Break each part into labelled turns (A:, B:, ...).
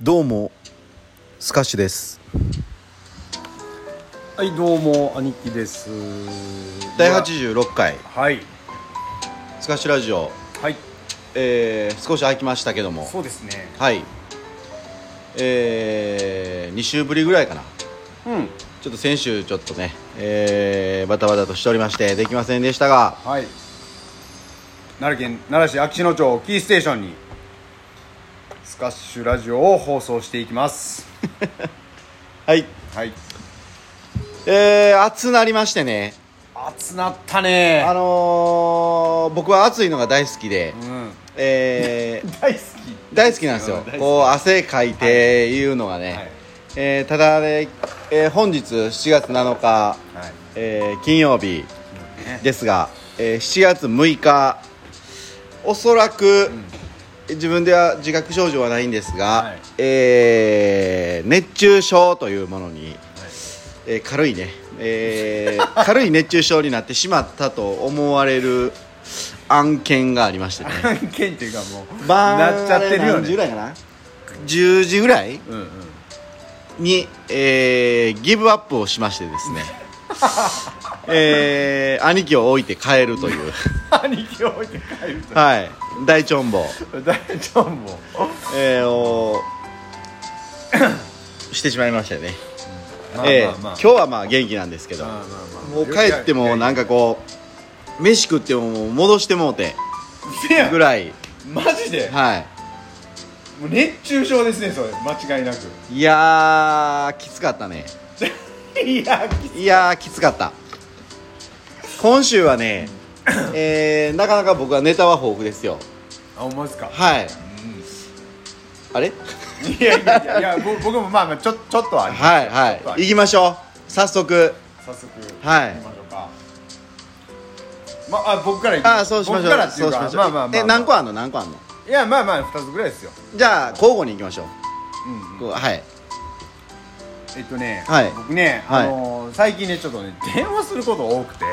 A: どうもスカッシュです
B: はいどうも兄貴です
A: 第86回
B: はい
A: スカッシュラジオ、
B: はい
A: えー、少し空きましたけども
B: そうですね
A: はいえー、2週ぶりぐらいかな
B: うん
A: ちょっと先週ちょっとね、えー、バタバタとしておりましてできませんでしたが
B: はい奈良県奈良市秋篠町をキーステーションにスカッシュラジオを放送していきます
A: はい
B: はい
A: えー、暑なりましてね
B: 暑なったね
A: あのー、僕は暑いのが大好きで、
B: うん
A: えー、
B: 大好き
A: 大好きなんですよ
B: 大好き
A: こう汗かいていうのがね、
B: はい
A: えーただね、えー本日7月7日、
B: はい
A: えー金曜日ですが、えー7月6日おそらく、自分では自覚症状はないんですが、
B: はい
A: えー熱中症というものに、えー軽いね、え ー軽い熱中症になってしまったと思われる案件がありましてね
B: 案件っていうかもう、
A: 晩
B: なっちゃってるよ
A: 何時ぐら
B: ね
A: いかな10時ぐらい
B: うんうん
A: に、えーギブアップをしましてですね えー兄貴を置いて帰るという
B: 兄貴を置いて帰ると
A: はい大チョンボ、
B: 大丈夫も
A: えーを してしまいましたよね、
B: まあまあまあ
A: えー今日はまあ元気なんですけど、
B: まあまあまあ
A: もう帰ってもなんかこう飯食ってももう戻してもうて
B: せや
A: ぐらい
B: マジで
A: はい
B: もう熱中症ですねそれ間違いなく
A: いやーきつかったね
B: いやき
A: いやーきつかった今週は ね、えーなかなか僕はネタは豊富ですよ
B: あほんまですか
A: はいあれ
B: いやいやいやいやぼ僕もまあまあちょちょっとはあります
A: はい
B: ちょっと
A: は
B: あ
A: い行
B: り
A: きましょう早速
B: ます早速
A: はい
B: 行きましょうかまあ僕から行き
A: ああそうしましょう
B: 僕からってい
A: そううし
B: か
A: ましょう
B: まあまあまあ
A: え何個あんの何個あんの
B: いやまあまあ二つぐらいですよ
A: じゃあ交互に行きましょう
B: うん
A: こうはい
B: えっとね
A: はい
B: 僕ね
A: はい
B: あのー最近ねちょっとね電話すること多くて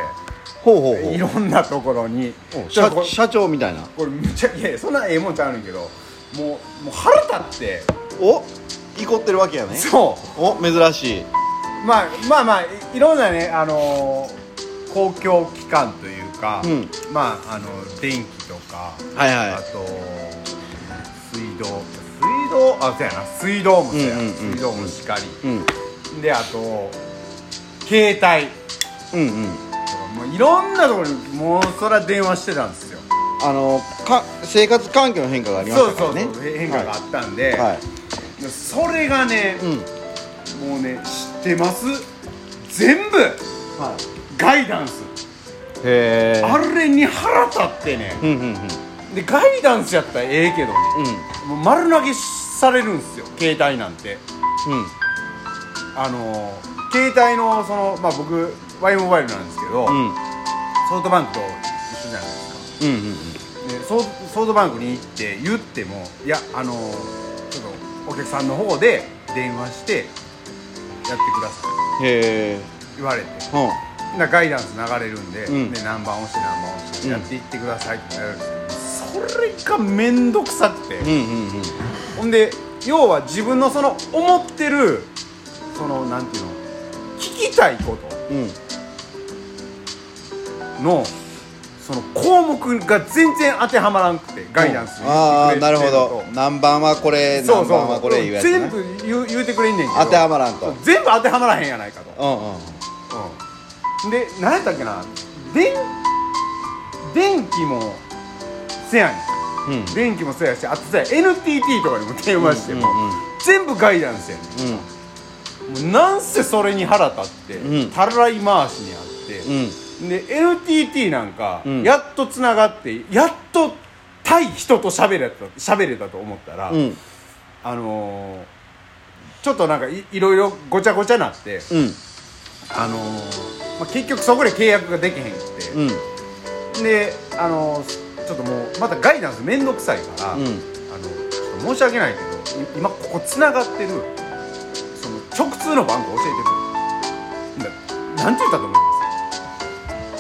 A: ほうほう
B: いろんなところに
A: ほう
B: ちょっと
A: 社
B: これ
A: 社長みたいな
B: これむちゃいやいやそんなええもんちゃうねんけどもうもう腹立って
A: おいこってるわけやね
B: そう
A: お珍しい
B: まあまあまあいいろんなね、あのー公共機関というか、
A: うん
B: まああの電気とか、
A: はいはい
B: あと水道水道あそうやな水道もそうや、
A: うんうんうん
B: 水道もしかり、
A: うん
B: であと携帯と
A: うんうん
B: かもういろんなところにもうそら電話してたんですよ、
A: あのか生活環境の変化がありまし
B: そう
A: たか
B: そ
A: ら
B: う
A: ね
B: そうへ変化があったんで、
A: はい、はい
B: それがね、
A: うん
B: もうね知ってます全部
A: は
B: ガイダン
A: い、
B: ス
A: へえ
B: あれに腹立ってね、
A: うんうんうん
B: でガイダンスやったらええけどね、もう丸投げされるんですよ携帯なんて
A: うん
B: あのー携帯のその、まあ、僕 Y モバイルなんですけど、
A: うん
B: ソフトバンクと一緒じゃないです
A: うんうん
B: かでソーソフトバンクに行って言ってもいやあのーちょっとお客さんの方で電話してやってください
A: へえ
B: 言われて
A: うん
B: なガイダンス流れるんで,、
A: うん
B: で何番押して何番押して
A: うん
B: やっていってくださいってなるんですけど、それが面倒くさくて、
A: うんうんうん
B: ほんで要は自分のその思ってるそのなんていうの聞きたいこと
A: うん
B: のその項目が全然当てはまらんくてガイダンスに
A: ああなるほど
B: 言ってくれて
A: 何番はこれ
B: るとそう
A: 何
B: そ
A: 番
B: うそ
A: は
B: う
A: これ言うやつな
B: 全部言う言うてくれんねんけど
A: 当てはまらんとうん
B: 全部当てはまらへんやないかと、
A: うん
B: うん、で何やったっけな電電気もせやね
A: うん
B: ん電気もせやしあとさ NTT とかにも電話しても、
A: うんうんうん
B: 全部ガイダンスやねんもうなんせそれに腹立って、
A: うん
B: たらい回しにあって
A: う、んうん
B: で NTT なんか、
A: うん
B: やっとつながってやっと対人と喋れた喋れたと思ったら、
A: うん
B: あのーちょっとなんかいいろいろごちゃごちゃなって、
A: うん
B: あのーまあ、結局そこで契約ができへんくて、
A: うん
B: で、あのーちょっともうまたガイダンス面倒くさいから、
A: うん
B: あのちょっと申し訳ないけどい今ここつながってるその直通の番号教えてくれななんて言ったと思いま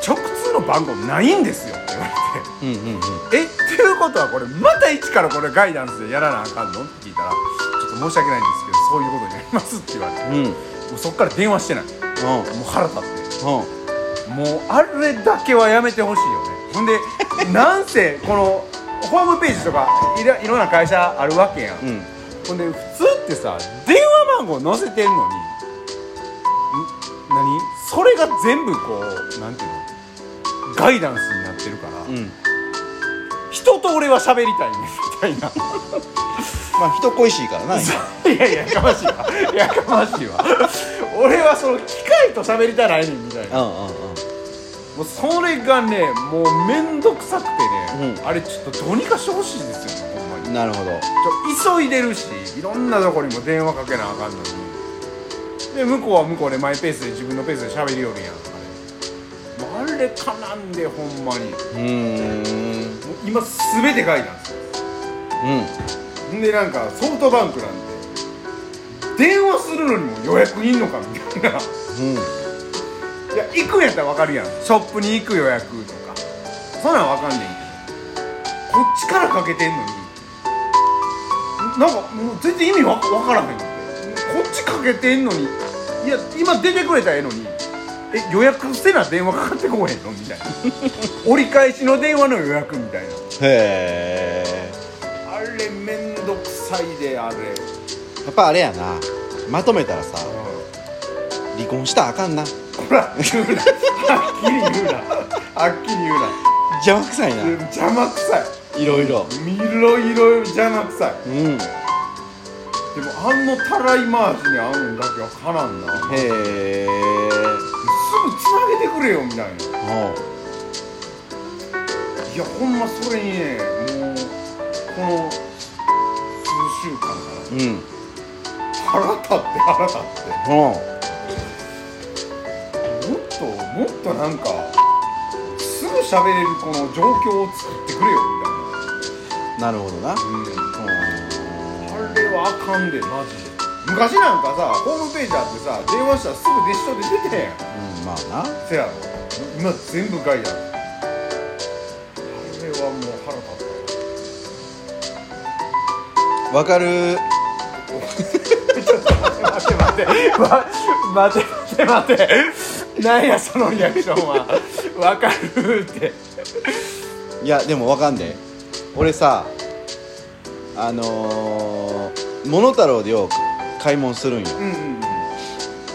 B: す直通の番号ないんですよって言われて
A: うんうんうん
B: えっていうことはこれまた一からこれガイダンスでやらなあかんのって聞いたらちょっと申し訳ないんですけどそういうことになりますって言われて、
A: うんうん
B: もうそっから電話してないもう腹立って
A: うん
B: もうあれだけはやめてほしいよねほん でなんせこのホームページとかいらいろんな会社あるわけやん、
A: うん
B: ほんで普通ってさ電話番号載せてんのにん何それが全部こうなんていうのガイダンスになってるから、
A: うん
B: 人と俺は喋りたいねみたいな
A: まあ人恋しいからな今
B: いやいややかましいわやかましいわ俺はその機械と喋りたないねんみたい
A: うん
B: な
A: うんうん
B: もうそれがねもう面倒くさくてね、
A: う
B: あれちょっとどうにかしてほしいですよねほんまにち
A: なるほど
B: ょ急いでるしいろんなとこにも電話かけなあかんのにで向こうは向こうでマイペースで自分のペースで喋りよるやんあれもうあれかなんでほんまにもう
A: うーん
B: 今全て書いたんですよ
A: うん
B: んでなんかソフトバンクなんで電話するのにも予約いんのかみたいな
A: うん
B: いや行くんやったら分かるやんショップに行く予約とかそんなん分かんねんけどこっちからかけてんのにんなんかもう全然意味わ分からへんこっちかけてんのにいや今出てくれたらええのにえ予約せな電話かかってこへんのみた いな折り返しの電話の予約みたいな
A: へえ
B: あれめんどくさいであ
A: や
B: れ、
A: っぱあれやなまとめたらさ離婚したらあかんな
B: ほら言うなはっきり言うなはっきり言
A: 邪
B: うな
A: 魔くさいな
B: 邪魔くさい
A: いろいろ
B: いろいろ邪魔くさい
A: うんへ
B: でもあのたらい回しに合うんだけはかなんなすぐつ
A: え
B: なげてくれよみたいないやほんまそれにねもうこの数週間か
A: うんうん
B: ら腹立って腹立ってもっともっとなんかすぐ喋れるこの状況を作ってくれよ
A: なるほどな
B: みたいな、うんあれはあかんでマジで昔なんかさホームページあってさ電話したらすぐデジタルで出てへんやん
A: うんまあな
B: せやろ今全部ガイダンあれはもう腹立
A: わかる
B: ったわ待て待て待てなんやそのリアクションはわかるって
A: いやでもわかんねえ俺さあのー「モノタロウ」でよく買い物するんよ
B: うんうんうん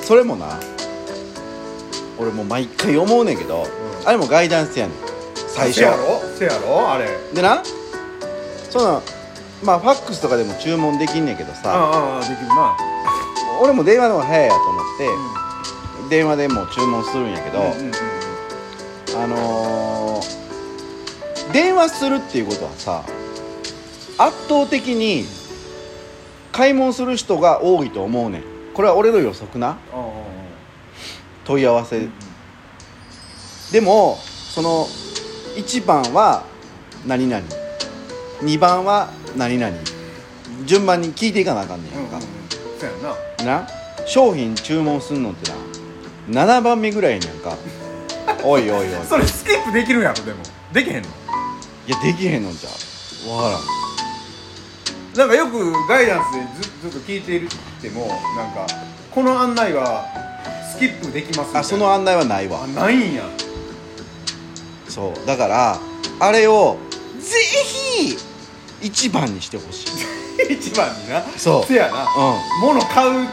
A: それもな俺もう毎回思うねんけど、
B: ん
A: あれもガイダンスやねん最初
B: せやろせやろあれうん
A: でなそのまあファックスとかでも注文できんねんけどさ、
B: ああできるな
A: 俺も電話の方が早いやと思って、電話でもう注文するんやけど、
B: うんうん
A: あのー電話するっていうことはさ圧倒的に買い物する人が多いと思うねんこれは俺の予測な問い合わせ、でもその1番は何々2番は何々順番に聞いていかなあかんねんやんか、
B: せやな
A: な商品注文すんのってな7番目ぐらいにやんかおいおいおい
B: それスキップできるやろでもできへんの
A: いやできへんのんじゃうわからん
B: なんかよくガイダンスでずずっと聞いていてもなんかこの案内はスキップできますみたいな
A: あその案内はない
B: あ
A: わ
B: ないんや
A: そうだからあれをぜひ一番にしてほしい
B: 一番にな
A: そう
B: せやな
A: う
B: 物買う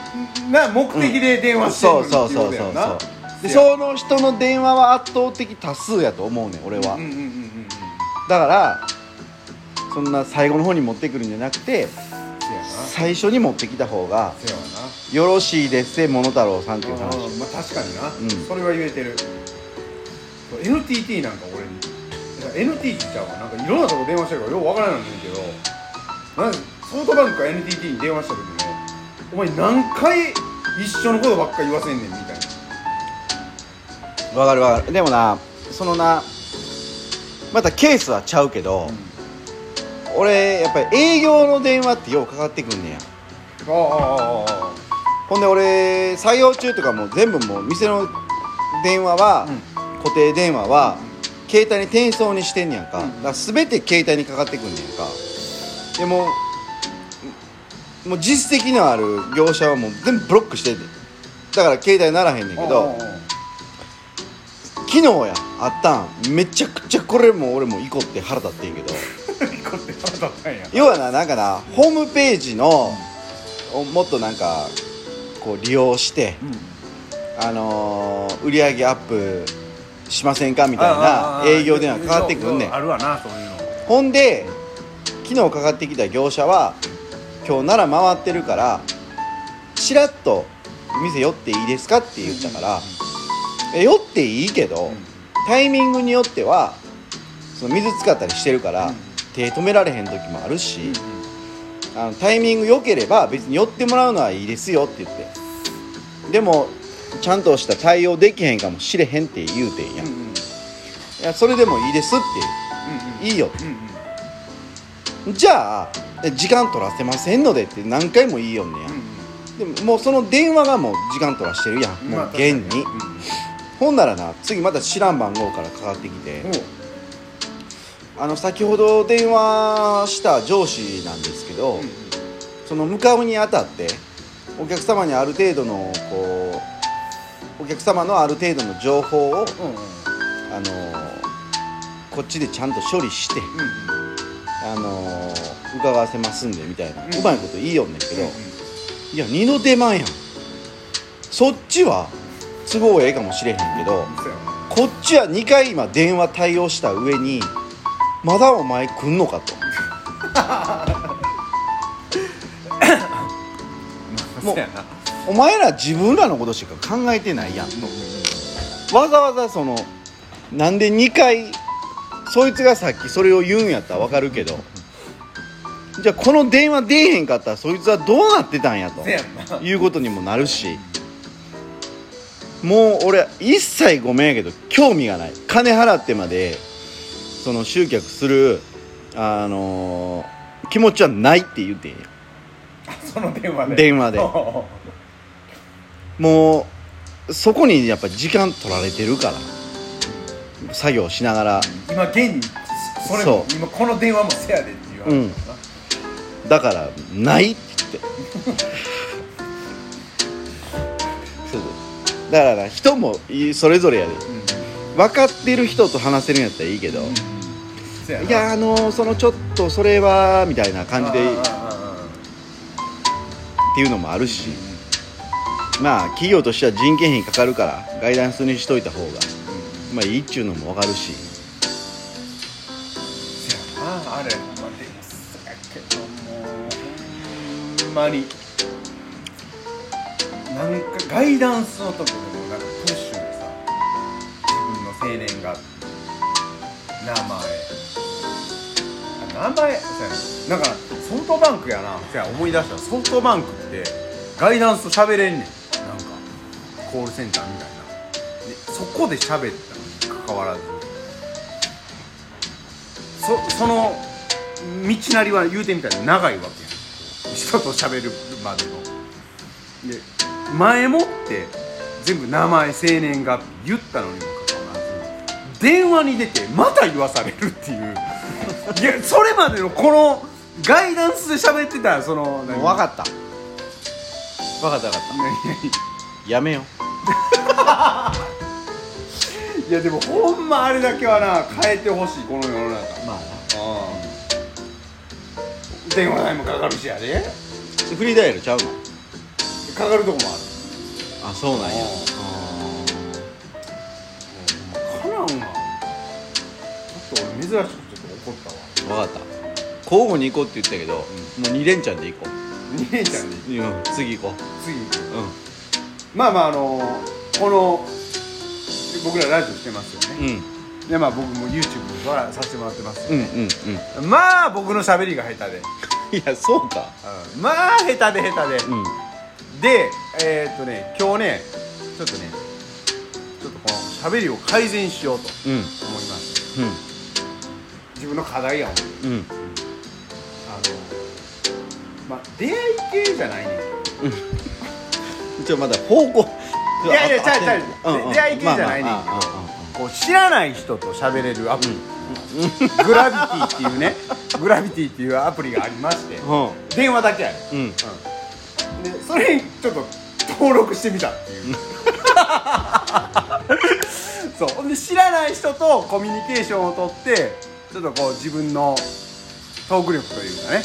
B: な目的で電話してる
A: そ
B: の
A: う
B: に
A: そう
B: ってい
A: そう
B: ことや
A: そう
B: な
A: そうで
B: せや
A: その人の電話は圧倒的多数やと思うねん俺は、
B: うんうんうんうん
A: だからそんな最後の方に持ってくるんじゃなくて
B: せやな
A: 最初に持ってきた方が
B: せやな
A: 「よろしいですせモノタロウさん」っていう
B: あ
A: 話
B: ーまあ確かにな、
A: ん
B: それは言えてる NTT なんか俺にだから NTT ちゃうわなんかいろんなとこ電話してるからようわからないんだけどなんかソフトバンクか NTT に電話した時ねお前何回一緒のことばっか言わせんねんみたいな
A: わかるわかるでもなそのなまたケースはちゃうけど、俺やっぱり営業の電話ってようかかってくんねや
B: あああああ
A: ほんで俺採用中とかも全部もう店の電話は、
B: う
A: 固定電話は、携帯に転送にしてんねやんか,、
B: う
A: だ
B: ん
A: から全て携帯にかかってくんねやんかでもうもう実績のある業者はもう全部ブロックしてんねんだから携帯ならへんねんけ ど昨日やあったんめちゃくちゃこれも俺も行こって腹立ってんけど
B: こって腹立ったんや
A: 要はななんかなホームページのをもっとなんかこう利用して、
B: うん
A: あのー売り上げアップしませんかみたいな
B: ああ
A: 営業電話かかってくんねん
B: あるわなそういうの
A: ほんで昨日かかってきた業者は今日なら回ってるからちらっと店寄っていいですかって言ったから、え寄っていいけど、
B: ん
A: タイミングによってはその水使ったりしてるから、
B: うん
A: 手止められへん時もあるし、
B: うん
A: あのタイミング良ければ別に寄ってもらうのはいいですよって言ってでもちゃんとした対応できへんかもしれへんって言うてんや,、
B: うんうん
A: い
B: うん
A: やそれでもいいですっ
B: うん
A: ていいよ
B: うんうん
A: じゃあえ時間取らせませんのでって何回も言いよんねや、でももうその電話がもう時間取らしてるやん、
B: うん
A: も
B: まあ
A: う現に、
B: 確か
A: ほんならな次また知らん番号からかかってきて、
B: うんうん
A: あの先ほど電話した上司なんですけど、
B: うん
A: その向かうにあたってお客様にある程度のこうお客様のある程度の情報を、
B: うんうん
A: あのーこっちでちゃんと処理して、
B: うん
A: あのー伺わせますんでみたいな、う
B: うん
A: まいこといいよんねんけど、
B: うん
A: いや二の手間やんそっちは都合ええかもしれへんけど
B: そうや
A: こっちは2回今電話対応した上にまだお前来んのかと。もう
B: そうやな
A: お前ら自分らのことしか考えてないやんわざわざそのなんで2回そいつがさっきそれを言うんやったらわかるけどじゃあこの電話出えへんかったらそいつはどうなってたんやと
B: せやんな
A: いうことにもなるしもう俺一切ごめんやけど興味がない金払ってまでその集客するあのー気持ちはないって言ってんや
B: その電話で
A: 電話で
B: うん
A: もうそこにやっぱ時間取られてるから作業しながら
B: 今現にそれも
A: そ
B: 今この電話もせやでっていう話
A: うん
B: な
A: だからないって言って そうそうだからな人もいそれぞれやで
B: うん
A: 分かってる人と話せるんやったらいいけど、い
B: せやな
A: やあのーそのちょっとそれはみたいな感じで
B: あ
A: っ
B: あああああ
A: ていうのもあるしまあ企業としては人件費かかるからガイダンスにしといた方がまあいいっちゅうのも分かるし
B: せやなあれまあでもせやけどもうほんまになんかガイダンスのところのなんかプッシュでさ自分の青年が名前あ名前せやななんかソフトバンクやなせや思い出したソフトバンクってガイダンスと喋れんねんなんかコールセンターみたいなでそこで喋ったのに関わらずそその道なりは言うてみたら長いわけやん人と喋るまでので前もって全部名前生年月日言ったのにもかかわらず電話に出てまた言わされるっていういやそれまでのこのガイダンスで喋ってたその
A: も
B: 何
A: う分かった分かった分かっ
B: 何何
A: たやめよう
B: いやでもほんまあれだけはな変えてほしいこの世の中
A: まあ
B: うん電話代もかかるしやで
A: フリーダイヤルちゃうの
B: かかるとこもある
A: あそうなんや
B: あカナンはちょっと俺珍しくちょっと怒ったわ
A: 分かった交互に行こうって言ったけど、もう2連チャンで行こ
B: 2連ちゃんで
A: う、うん、次行こ
B: 次行く
A: うう
B: まあまああのこの僕らラジオしてますよね、
A: んうん
B: でまあ僕も YouTube はさせてもらってます
A: う
B: よ
A: ん
B: ね、
A: うんうん
B: まあ僕の喋りが下手で、
A: いやそうか
B: うんまあ下手で下手で、
A: うん
B: でえーっとね今日ねちょっとねちょっとこの喋りを改善しようと
A: うん
B: 思います自分の課題やもん
A: うんうん
B: あのまあ出会い系じゃないねんけど
A: じゃあまだ方向
B: いやいやちゃうち
A: 合
B: ゃう
A: ってんの
B: 出会い系じゃないねんけど
A: まあまあまあまあ
B: こう知らない人と喋れるアプリ、グラビティっていうねグラビティっていうアプリがありまして、
A: うん
B: 電話だけある、
A: うん
B: でそれにちょっと登録してみ たっていうそうほんで知らない人とコミュニケーションをとってちょっとこう自分のトーク力というかね
A: なる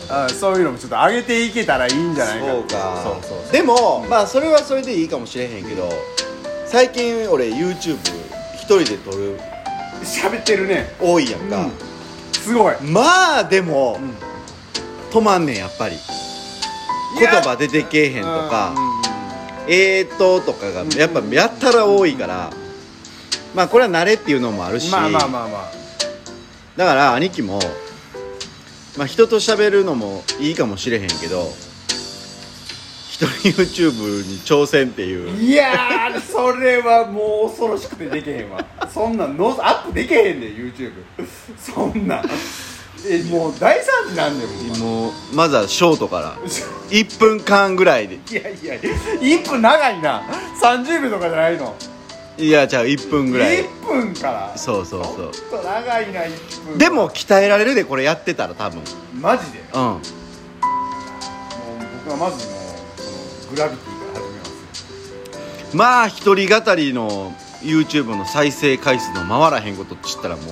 A: ほど
B: あそういうのもちょっと上げていけたらいいんじゃないか
A: そうか
B: そうそう
A: でも、まあそれはそれでいいかもしれへんけど最近俺 YouTube 一人で撮る
B: 喋ってるね
A: 多いやんか、
B: すごい
A: まあでも、
B: ん
A: 止まんねんやっぱり言葉出てけえへんとか「えーっと」とかがやっぱやったら多いから、まあこれは慣れっていうのもあるし、
B: まあまあまあまあ
A: だから兄貴も、まあ、人と喋るのもいいかもしれへんけど一人 YouTube に挑戦っていう
B: いやーそれはもう恐ろしくてできへんわそんなんノーアップできへんねん YouTube そんなんえもう大惨事なんだよ今
A: もうまずはショートから1分間ぐらいで
B: いやいや1分長いな30秒とかじゃないの
A: いやじゃあ1分ぐらい
B: 1分から
A: そうそうそう
B: ちょっと長いな1分
A: でも鍛えられるでこれやってたら多分うん
B: マジでも
A: あ
B: う僕はまずもうそのグラビティから始めます
A: まあ一人語りの YouTube の再生回数の回らへんことっちったら もう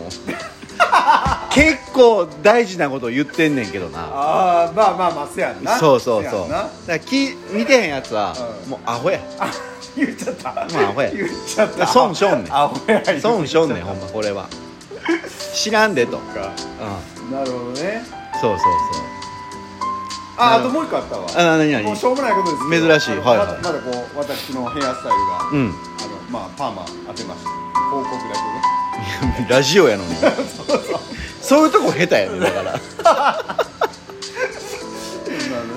A: 結構大事なこと言ってんねんけどな
B: ああまあまあまあせやんな
A: そうそうそう
B: せやん
A: だか
B: な
A: らき見てへんやつは、
B: うん
A: もうアホや
B: あ言っちゃった
A: まあアホや
B: 言っちゃった
A: 損しょんねん
B: アホや
A: 損しょんねん
B: 言っ
A: ほんまこれは知らんでと、うん、
B: ちゃったなるほどね
A: そうそうそう
B: ああ
A: なる
B: と
A: ほど
B: もう一個あったわ
A: あ何何
B: もうしょうもないことですけど
A: 珍しい
B: あの
A: はい
B: ま
A: はい
B: まだこう私のヘアスタイルが、あ
A: う
B: の
A: ん
B: まあパーマ当てました報告だ
A: ラジオやの にそういうとこ下手やねんだから
B: けねまあ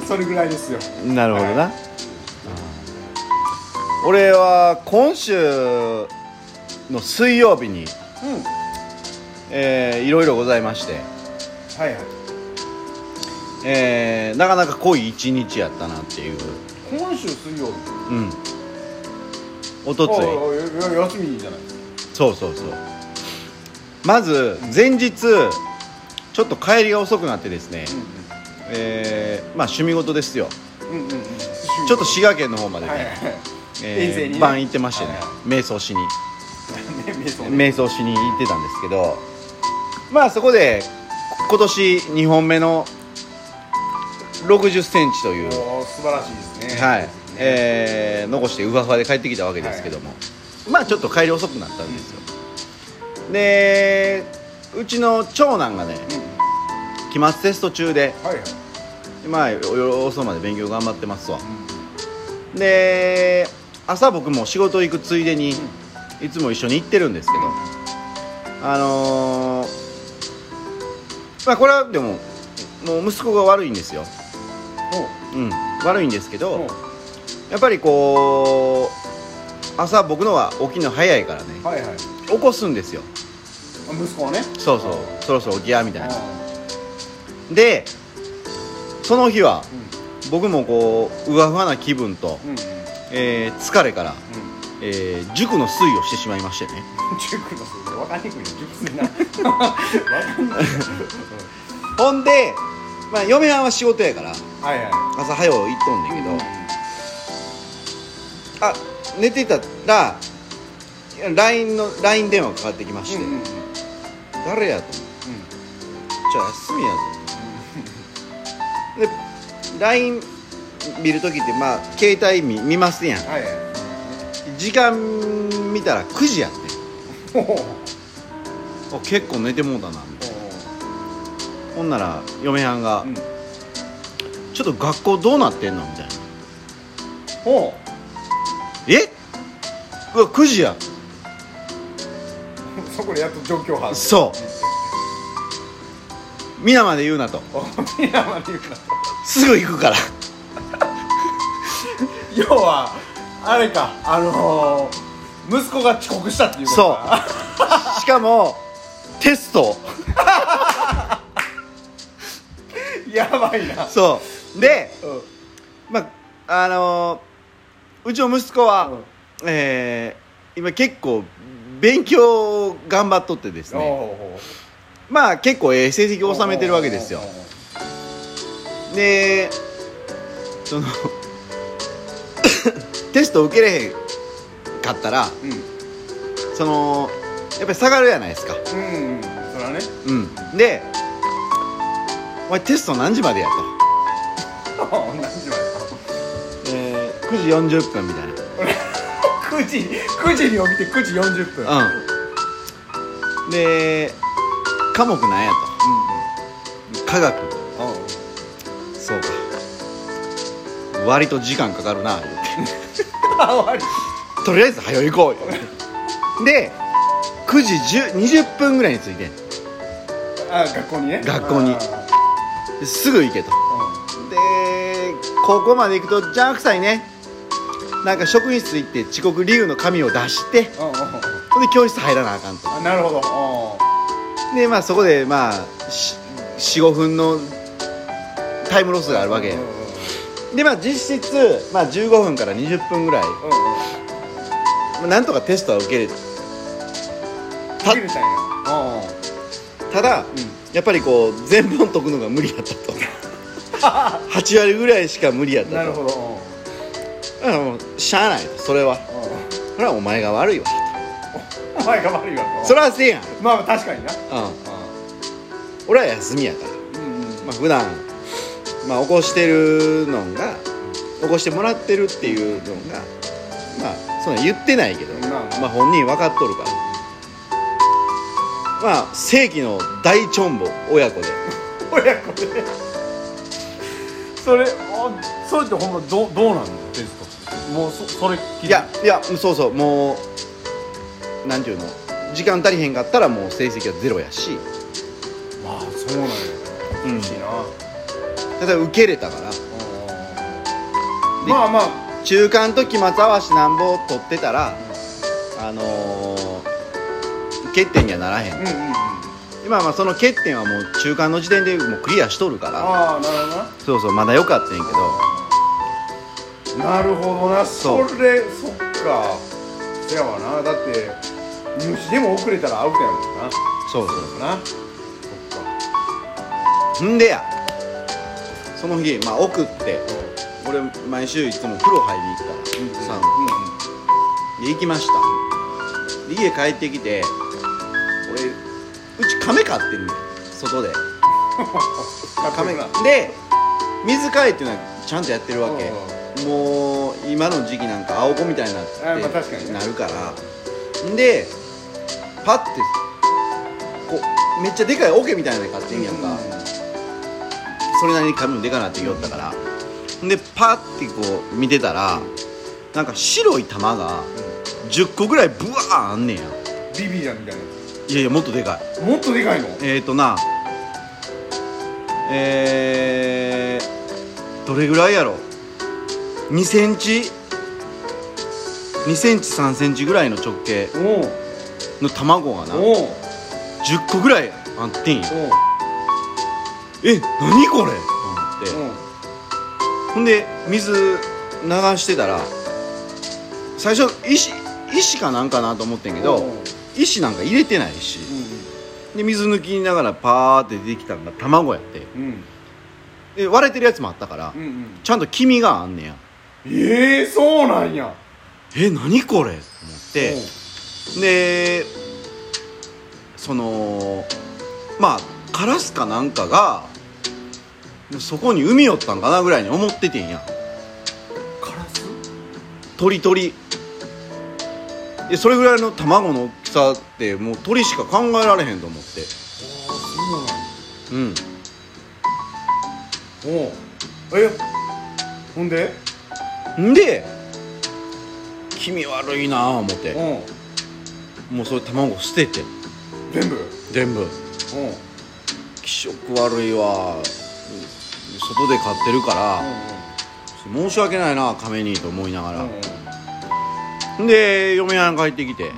B: それぐらいですよ
A: なるほどな、
B: は
A: うん俺は今週の水曜日に、
B: うん
A: えーいろいろございまして、
B: はいはい
A: えーなかなか濃い一日やったなっていう
B: 今週水曜日
A: うんおとつい
B: おいおいおい休みじゃない
A: そうそうそうまず前日ちょっと帰りが遅くなってですね、えーまあ趣味事ですよ
B: うんうんうん
A: ちょっと滋賀県の方までね、
B: はいはいはい
A: えー
B: 遠征にね
A: 晩行ってましてね、
B: はいは
A: 瞑想しに
B: ね瞑想ね
A: 瞑想しに行ってたんですけどまあそこでこ今年2本目の6 0センチという、
B: おー素晴らしいですね
A: はい
B: え
A: えー残してウハウハで帰ってきたわけですけども、まあちょっと帰り遅くなったんですよ、でうちの長男がね期末テスト中で
B: はいはい
A: まあ夜遅まで勉強頑張ってますわ、で朝僕も仕事行くついでにいつも一緒に行ってるんですけどあのーまあこれはでももう息子が悪いんですよ、うん、悪いんですけ
B: お
A: ど、
B: うおう
A: やっぱりこう朝僕のは起きるの早いからね
B: はいはいあ
A: 起こすんですよ
B: 息子はね
A: そうそうそろそろ起きやみたいな
B: あ
A: でその日は
B: ーうん
A: 僕もこううわふわな気分と、
B: うんうん
A: えー疲れから、
B: うん
A: えー塾の推移をしてしまいましてね
B: 塾の数分かりにくいな塾すぎな分かんにくい
A: ほんで、まあ、嫁はんは仕事やから
B: はいはい
A: 朝早う行っとんねんけど、あ寝てたらいや LINE の LINE 電話かかってきまして、
B: うんうん
A: 誰やとじゃあ休みやぞで LINE 見るときってまあ携帯見見ますやん
B: はいはい
A: 時間見たら9時やってん
B: おおお
A: あ結構寝てもうたなみたいなほんなら嫁はんが、
B: うん
A: ちょっと学校どうなってんの?」みたいな
B: おお
A: 「えうわ9時や
B: そこでやっと状況把握
A: そう皆まで言うな」と
B: お皆まで言うか
A: 「すぐ行くから」
B: 要はあれかあのー、息子が遅刻したっていうことか
A: しかもテスト
B: そうやばいな
A: そうで
B: うん
A: まああのーうちの息子は、
B: うん
A: えー今結構勉強を頑張っとってですねまあ結構ええ成績を収めてるわけですよでその テスト受けれへんかったら
B: うんうん
A: そのやっぱり下がるじゃないですか
B: うんそれはね
A: うんで「お前テスト何時までや」
B: 同じわ
A: と、えー9時40分みたい
B: 9時9時に起きて9時40分
A: なうんで科目なんやと科学
B: うんうん
A: そうか割と時間かかるな言うて
B: あ終わり
A: とりあえず早い行こうよ で9時10 20分ぐらいに着いて
B: あ学校にね
A: 学校に
B: あ
A: ですぐ行けとで高校まで行くと邪魔くさいねなんか職員室行って遅刻理由の紙を出して
B: ーうんうんうん
A: ほんで教室入らなあかんと
B: あなるほどう
A: でまあそこでまあ45分のタイムロスがあるわけ
B: んうんうん
A: でまあ実質、まあ、15分から20分ぐらい、まあ、なんとかテストは受けれた
B: た切れたんやうんうん
A: ただやっぱりこう全問解くのが無理やった と8割ぐらいしか無理やったと
B: なるほど
A: だからもうしゃあないとそれは
B: うんうん
A: それはお前が悪いわ
B: お前が悪いわと
A: それはせえやん、うん、
B: まあ確かにな
A: 俺は休みやから
B: うんうん
A: まあ普段まあ起こしてるのが起こしてもらってるっていうのがまあそんな言ってないけど
B: まあまあ
A: まあ本人分かっとるからまあ世紀の大チョンボ親子で
B: 親子でそれあそれってほんまどどうなんのテストもうそそれきり
A: いやいやそうそうもうなんていうの時間足りへんかったらもう成績はゼロやし
B: まあそうなんや
A: うん
B: 厳しいな
A: ただ受けれたから
B: まあまあ
A: 中間と期末合わしなんぼ取ってたらあのー欠点にはならへ
B: うんんうんうん
A: 今はまあその欠点はもう中間の時点でもうクリアしとるから
B: ああなるほどな
A: そうそうまだ良かったんやけど
B: なるほどなそ
A: そう
B: れそっかせやわなだって入試でも遅れたらアウトやもんな
A: そう
B: そうだなそっか
A: そうんでやその日まあ送って俺毎週いつも風呂入りに行くから、
B: うんうん
A: サウナ
B: うんうん
A: で行きましたで家帰ってきて俺うち亀飼ってるのよ外で亀がで水替えっていうのはちゃんとやってるわけもう今の時期なんか青子みたいになって、
B: あまあ確かにね
A: なるからでパッてこうめっちゃでかい桶みたいなの買ってんやんか、それなりに髪もでかなって言おったから、でパッてこう見てたら、なんか白い玉が10個ぐらいブワーあんねんや
B: ビビじゃんみたいない
A: やいやもっとでかい
B: もっとでかいの
A: えーとなえー、どれぐらいやろ2センチ2センチ3センチぐらいの直径
B: おう
A: の卵がな10
B: おう
A: 個ぐらいあってんや
B: おう
A: え何これと思って
B: おう
A: ほんで水流してたら最初石石かなんかなと思ってんけ
B: おう
A: ど石なんか入れてないしで水抜きながらパーって出てきたのが卵やって
B: うんうん
A: で割れてるやつもあったから
B: うんうん
A: ちゃんと黄身があんねや
B: ええそうなんや
A: え何これと思ってでそのまあカラスかなんかがそこに海寄ったんかなぐらいに思っててんや
B: カラス
A: 鳥鳥でそれぐらいの卵の大きさってもう鳥しか考えられへんと思って
B: ああそうなんや
A: うん
B: おうえほんで
A: んで気味悪いなあ思って
B: おう
A: もうそれ卵捨てて
B: 全部
A: 全部
B: おう
A: 気色悪いわ外で飼ってるから申し訳ないな亀にと思いなが
B: おうおうおう
A: らで嫁はん帰ってきて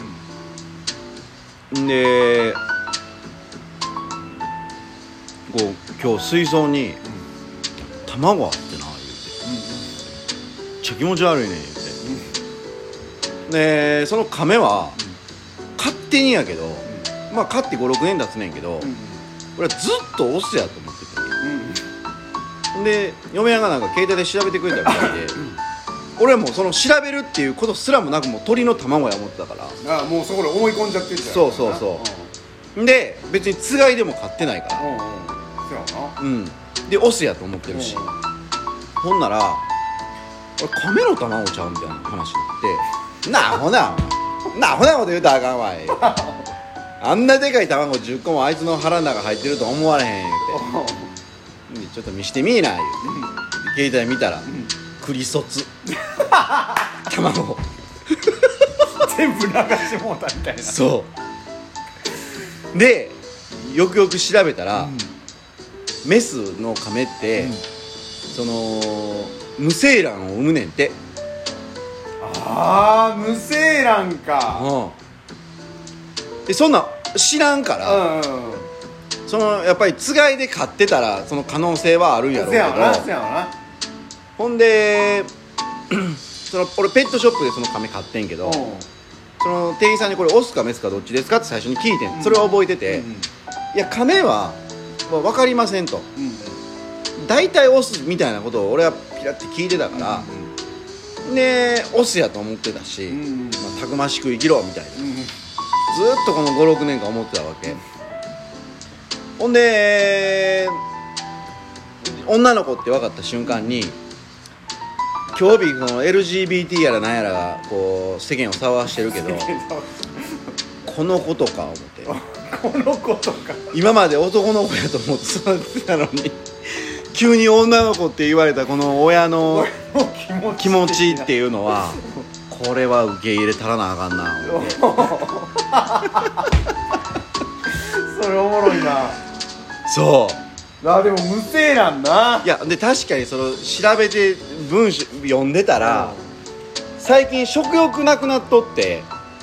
A: んでこう今日水槽に卵あってな言うてめっちゃ気持ち悪いね言うてでその亀は飼っ手にやけど、まあ買って56円経つねんけど、
B: うん
A: 俺はずっとオスやと思ってて
B: うん
A: で嫁やんがなんか携帯で調べてくれたみたいで、俺はもうその調べるっていうことすらもなくもう鳥の卵や思ってたから
B: あもうそこで思い込んじゃってるじゃん
A: そうそうそで別につがいでも買ってないか
B: う
A: ら
B: んうんうんそうやな
A: うんでオスやと思ってるし、ほんなら俺カメの卵ちゃうみたいな話になってなあほななあほなこと言うたらあかんわいあんなでかい卵10個もあいつの腹の中入ってると思われへん言うて
B: うんうん
A: でちょっと見してみいな言うて携帯見たら、栗卒卵
B: 全部流してもうたみたいな
A: そうでよくよく調べたら、メスのカメって、
B: うん
A: その無精卵を産むねんて、
B: ああ無精卵か
A: うん、でそんなん知らんか
B: う
A: ら、
B: んうんうん
A: そのやっぱりつがいで買ってたらその可能性はあるんやろう
B: せ
A: け
B: やわなせ
A: ど
B: やわな
A: ほんで その俺ペットショップでそのカメ買ってんけど、その店員さんにこれオスかメスかどっちですかって最初に聞いてん、それは覚えてて、
B: うん
A: いやカメは、まあ、分かりませんと
B: うん
A: 大体オスみたいなことを俺はピラって聞いてたから、でオスやと思ってたし、
B: うんうん
A: まあ、たくましく生きろみたいな
B: うんうん
A: ずーっとこの56年間思ってたわけ、ほんで女の子って分かった瞬間に今日日この LGBT やらなんやらがこう世間を騒がしてる けど
B: け
A: この子とか思って
B: どこの子とか
A: 今まで男の子やと思って育てたのに急に女の子って言われたこの親 の
B: 俺の気持ち
A: 気持ちっていうのはこれは受け入れたらなあかんな思って
B: それおもろいな
A: そう
B: あでも無精卵ない
A: やで確かにその調べて文章読んでたら、最近食欲なくなっとって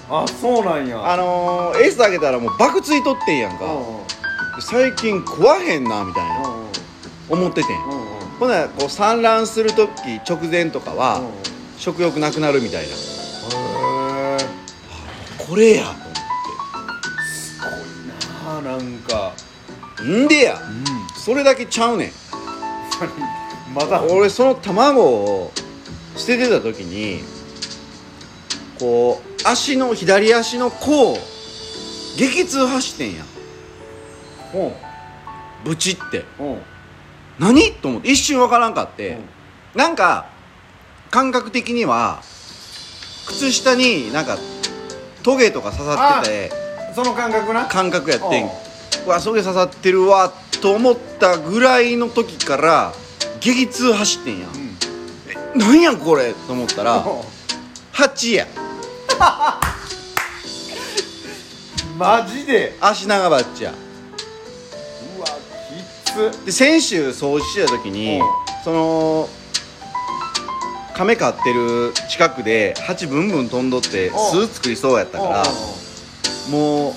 B: あそうなんや
A: あのー、エースあげたらもう爆ついとってんやん
B: うんうん
A: か最近食わへんなみたいな思っててん
B: うんうん
A: ほなこう産卵する時直前とかは
B: うん
A: 食欲なくなるみたいな
B: へえ
A: これや
B: すごいなあなんか
A: んでや
B: うん
A: それだけちゃうねん
B: まだ
A: 俺その卵を捨ててた時にこう足の左足の甲を激痛走ってんや
B: うん
A: ブチって
B: うん
A: 何と思って一瞬わからんかって
B: うん、
A: なんか感覚的には靴下になんかトゲとか刺さってて
B: その感覚な
A: 感覚やってん
B: うん
A: うわトゲ刺さってるわと思ったぐらいの時から激痛走ってんや
B: うん
A: なんやこれと思ったら8や
B: マジで
A: 足長バッチや
B: うわきつ
A: で先週掃除してた時に
B: うん
A: その亀飼ってる近くで蜂ブンブン飛んどって
B: ん
A: 巣作りそうやったから
B: う
A: もう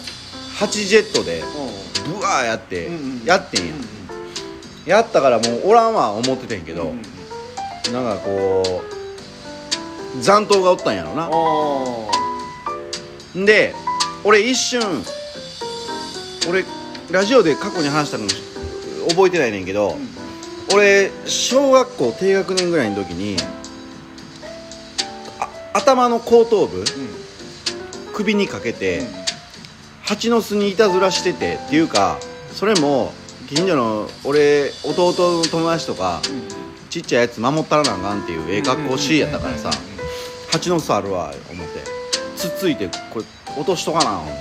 A: 蜂ジェットで
B: んうん
A: ブワーやって
B: うんうん
A: やってんややったからもうおらんわ思っててんけ
B: うん
A: ど
B: うん
A: なんかこう残党がおったんやろな
B: お
A: んで俺一瞬俺ラジオで過去に話したのも覚えてないねんけど、
B: ー
A: 俺小学校低学年ぐらいの時にあ頭の後頭部
B: うん
A: 首にかけて、
B: うん
A: 蜂の巣にいたずらしててっていうかそれも近所の俺弟の友達とかちっちゃいやつ守ったらなあかんっていうええ格好しいやったからさ蜂の巣あるわ思ってつっついてこれ落としとかな思っ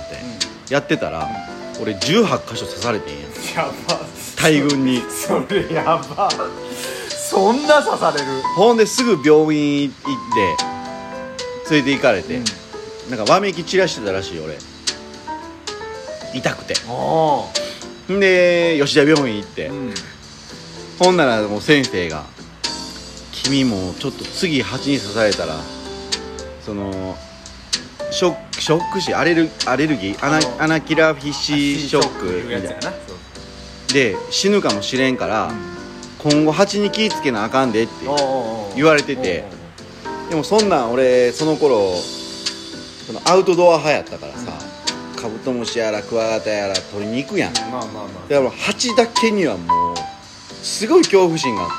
A: てやってたら俺18箇所刺されてんや
B: やば
A: 大群に
B: それやばそんな刺される
A: ほんですぐ病院行って連れて行かれて、
B: うん
A: なんかわめき散らしてたらしい俺痛くて
B: おお
A: んで吉田病院行って、ほんならもう先生が「君もちょっと次蜂に刺されたらそのショックショック死アレルアレルギーア
B: あの
A: ナアナキラフィシショック
B: いうや
A: み
B: つ
A: たい
B: や
A: な
B: な
A: で死ぬかもしれんから、今後蜂に気ぃつけなあかんでって
B: おーおーおー
A: 言われててでもそんなん俺その頃そのアウトドア派やったからさ、カブトムシやらクワガタやら取りに行くやんだ
B: まあまあま
A: からもうハチだけにはもうすごい恐怖心が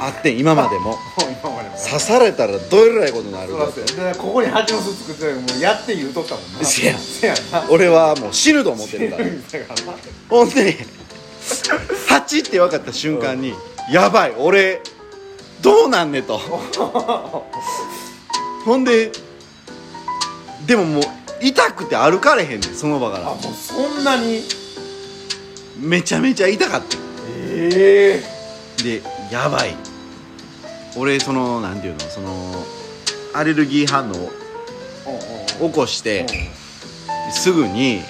A: あってん今までも
B: あもう今までも
A: 刺されたらどえらいことになる
B: そう
A: か
B: だ
A: っ
B: ってすよだからここに蜂の巣作ってたらもうやって言うとったもんな
A: せや
B: せやな
A: 俺はもう死ぬと思ってるから
B: だからな
A: ほんで8って分かった瞬間に、やばい俺どうなんねとほんででももう痛くて歩かれへんねんその場か
B: あ
A: ら
B: もうそんなに
A: めちゃめちゃ痛かった
B: ええ
A: でやばい俺そのなんていうのそのアレルギー反応
B: うんうん
A: を起こしてすぐに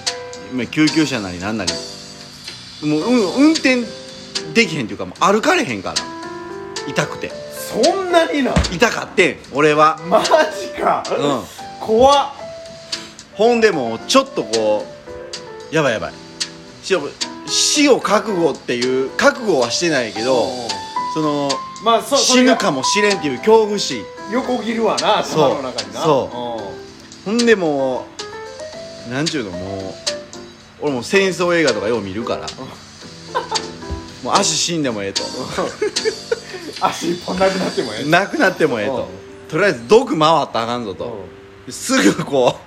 A: まあ救急車なりなんなりもう、うん、運転できへんっていうかもう歩かれへんから痛くて
B: そんなにな
A: 痛かってん俺は
B: マジか
A: うん
B: 怖っ
A: ほんでもうちょっとこうやばいやばいし死を覚悟っていう覚悟はしてないけど
B: うん
A: その
B: まあそそ
A: 死
B: れが
A: ぬかもしれんっていう恐怖心
B: 横切るわな
A: そう
B: 頭の中にな
A: そ
B: そ
A: ほんでもうなんちゅうのもう俺もう戦争映画とかよう見るからもう足死んでもええと
B: うん足一本なくなってもええ
A: なくなってもええととりあえず毒回ったらあかんぞとすぐこう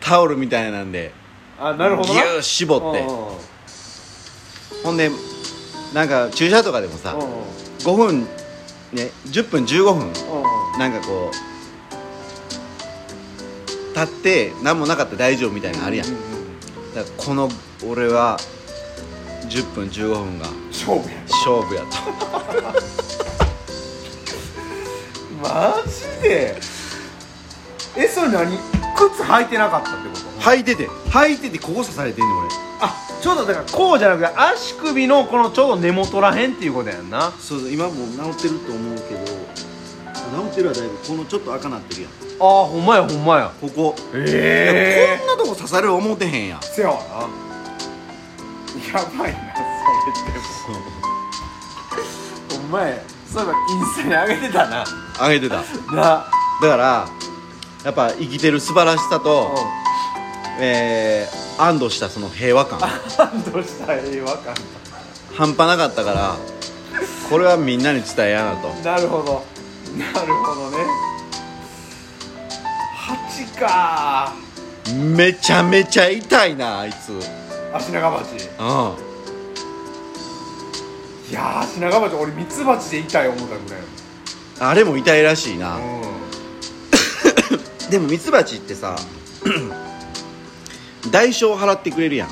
A: タオルみたいなんで
B: あなるほど
A: ギ
B: な
A: ュー絞ってほんでなんか注射とかでもさ
B: うんうんうん
A: 5分ね10分15分
B: うん
A: なんかこう立って何もなかったら大丈夫みたいなのあるやん
B: う
A: だ
B: う
A: か
B: うん
A: らこの俺は10分15分が
B: 勝負や
A: 勝負やと
B: マジでえそれ何靴履いてなかったってこと
A: 履いてて履いててここ刺されてんねん俺
B: あちょうどだからこうじゃなくて足首のこのちょうど根元らへんっていうことやんな
A: そうそう今もう治ってると思うけど治ってるはだいぶこのちょっと赤なってるやん
B: あーほんまやほんまや
A: ここ
B: え
A: こんなとこ刺される思うてへんやん
B: せやわなやばいなそれでもお前そういえばインスタに上げてたな
A: あげてた
B: な
A: だからやっぱ生きてる素晴らしさと、えー安堵したその平和感
B: 感 動した映画館
A: 半端なかったからこれはみんなに伝えやなと
B: なるほどなるほどね8か
A: めちゃめちゃ痛いなあいつうん
B: 足長鉢いやー足長鉢俺ミツバチで痛い思ったぐらい
A: あれも痛いらしいな、
B: やもんう ん
A: でもミツバチって さ代償を払ってくれるやん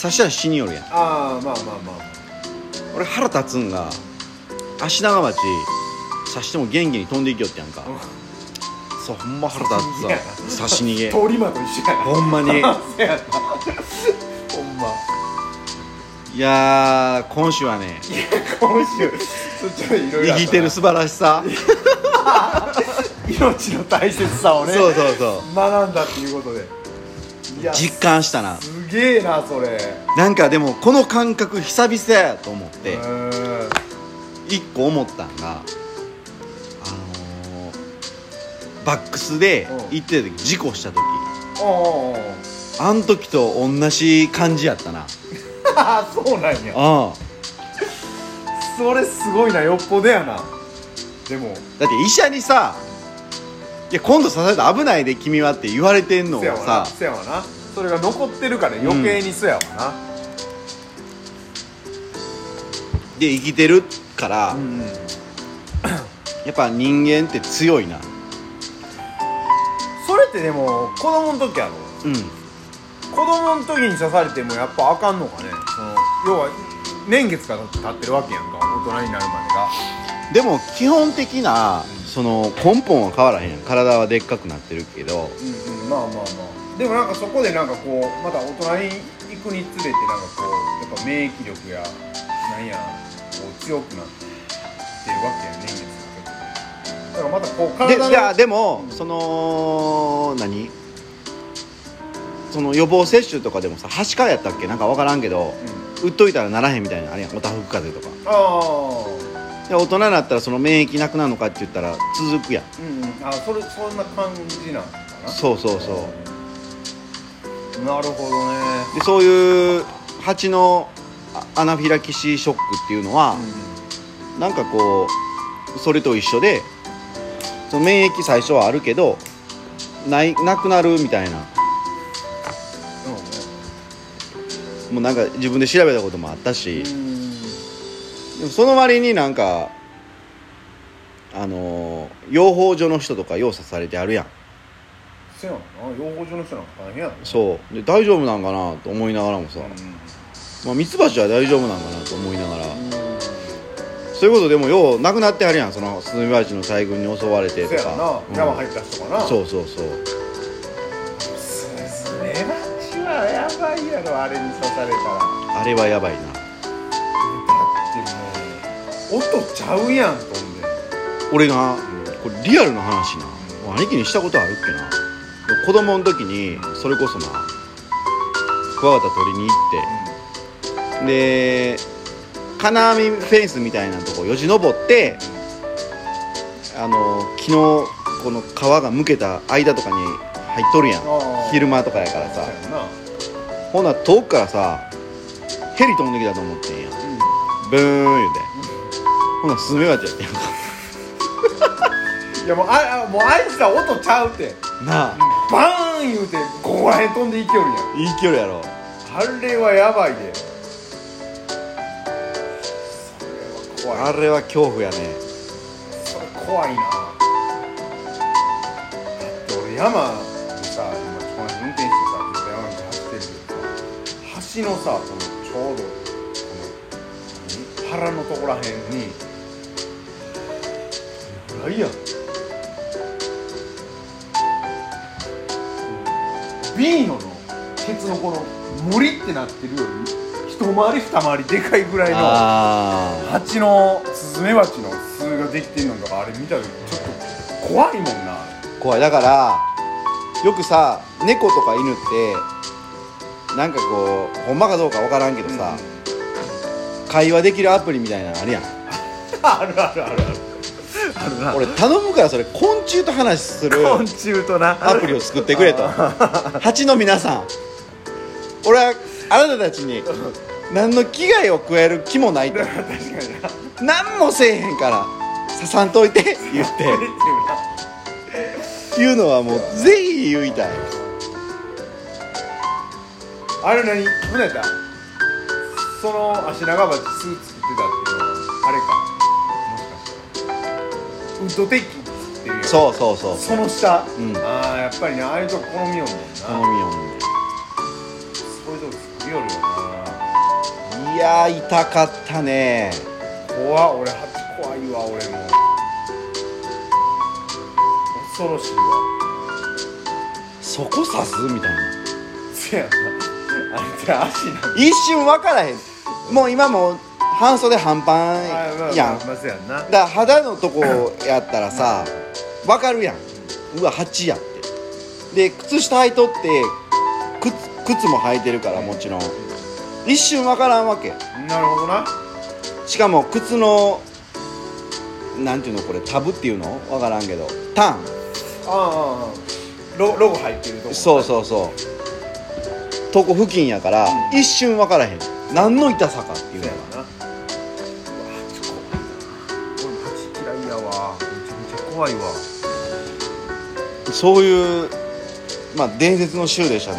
A: 刺したら死によるやん
B: ああまあまあまあ
A: 俺腹立つんが足長町刺しても元気に飛んでいきよってやんかそうほんま腹 立つわ刺し逃げ
B: 通り魔と一緒やな
A: ほんま に
B: せやなほんま
A: いやー今週はね
B: いや今週そっちはいろいろ
A: 生きてる素晴らしさ
B: 命の大切さをね
A: そうそうそ
B: 学んだっていうことでいうや
A: 実感したな
B: すげえなそれ
A: なんかでもこの感覚久々やと思って
B: うん
A: 一個思ったんがあのー、バックスで行ってた時事故した時
B: おうおうお う
A: あん時と同じ感じやったな
B: ああそうなんや
A: あ
B: それすごいなよっぽどやなでも
A: だって医者にさ「いや今度刺されたら危ないで君は」って言われてんのを
B: せやわな
A: さ
B: せやわなそれが残ってるから余計にそやわな
A: で生きてるから、
B: うんうん
A: やっぱ人間って強いな
B: それってでも子供の時やろ
A: うん
B: 子供の時に刺されてもやっぱあかんのかねその要は年月が経ってるわけやんか大人になるまで
A: で
B: が
A: も基本的なその根本は変わらへん体はでっかくなってるけど
B: うんうんまあまあまあでもなんかそこでなんかこうまた大人に行くにつれてなんかこうやっぱ免疫力やなんやこう強くなってるわけやん年月かけてだからまたこう
A: でい
B: 体の
A: やでもその何その予防接種とかでもさはしかやったっけなんか分からんけど
B: うん、
A: 打っといたらならへんみたいなのあれやんおたふく風邪とか
B: ああ
A: で大人になったらその免疫なくなるのかって言ったら続くやん
B: うんうんあそれそんな感じなんかな
A: そうそうそう
B: なるほどね
A: でそういう蜂のあアナフィラキシーショックっていうのは、なんかこうそれと一緒でその免疫最初はあるけどないなくなるみたいなもうなんか自分で調べたこともあったし、でもその割になんかあのー養蜂所の人とか要査されてあるやん
B: せやんな養蜂所の人なんか大変やろ
A: そうで大丈夫なんかなと思いながらもさ、まあ、ミツバチは大丈夫なんかなと思いながら、そういうことでもようなくなってはるやんそのスズメバチの大群に襲われて
B: せ
A: と
B: や
A: か
B: な、
A: うん
B: 山入った人かなう
A: そうそうそう
B: スズメバチはやばいやろあれに刺されたら
A: あれはやばいな
B: だってもう音ちゃうやん飛んで
A: 俺なこれリアルな話な兄貴にしたことあるっけな子供の時にそれこそなクワガタ取りに行ってで金網フェンスみたいなとこよじ登ってあの昨日この皮がむけた間とかに入っとるやん
B: ああ
A: 昼間とかやからさ
B: そうやな
A: ほな遠くからさヘリ飛んできたと思ってんや
B: うん
A: ブーン言うてほなスズメバチやってんか
B: いやもうああもうあいつら音ちゃうって
A: なあ
B: バーン言うてここらへん飛んでいきよるやん
A: いい距離やろ
B: あれはやばいでそれ
A: あ
B: は
A: れは恐怖やね
B: 怖いそれ怖いなだって俺山でさ今この辺運転してさずっと山道走ってるけどさ橋のさこのちょうどこの腹のとこらへんにどれぐらいやビーノのケツのこの森ってなってるより一回り二回りでかいぐらいの
A: あ
B: 蜂のスズメバチの巣ができてるのとかあれ見た時ちょっと怖いもんな
A: ー怖いだからよくさ猫とか犬ってなんかこうほんまかどうかわからんけどさ、会話できるアプリみたいなのあるやん
B: あるあるあるあるな
A: 俺頼むからそれ昆虫と話する
B: 昆虫とな
A: アプリを作ってくれ と蜂の皆さん俺はあなたたちに何の危害を加える気もないと
B: だから確かにな
A: 何もせえへんから刺さんといて言 って
B: 出てる
A: 言うのはもうぜひ言いたい
B: なあれ何船やったその足長鉢スーツ着てたっていうのはあれかもしかしてウッドデッキっていうやつ
A: そうそうそう
B: その下、
A: ん
B: ああやっぱりねああいうとこ好みよんねんな
A: 頼みよん
B: そういうとこ作りよるよない
A: やー痛かったね
B: 怖っ俺初怖いわ俺も恐ろしいわ
A: そこ刺すみたいな
B: せやなあれって足なん
A: 一瞬分からへんもう今もう半袖半パンやん
B: まあまあせやんな
A: だから肌のとこやったらさ分かるやんうわ蜂やってで靴下履いとって靴靴も履いてるからもちろん一瞬分からんわけ
B: なるほどな
A: しかも靴のなんていうのこれタブっていうの分からんけどタン
B: ああロロゴ入ってるとこ
A: そうそうそうとこ付近やから、一瞬分からへん何の痛さかっていうの
B: せや
A: が
B: なうわ蜂怖いな俺蜂嫌いやわめちゃめちゃ怖いわ
A: そういうまあ伝説の週でしたね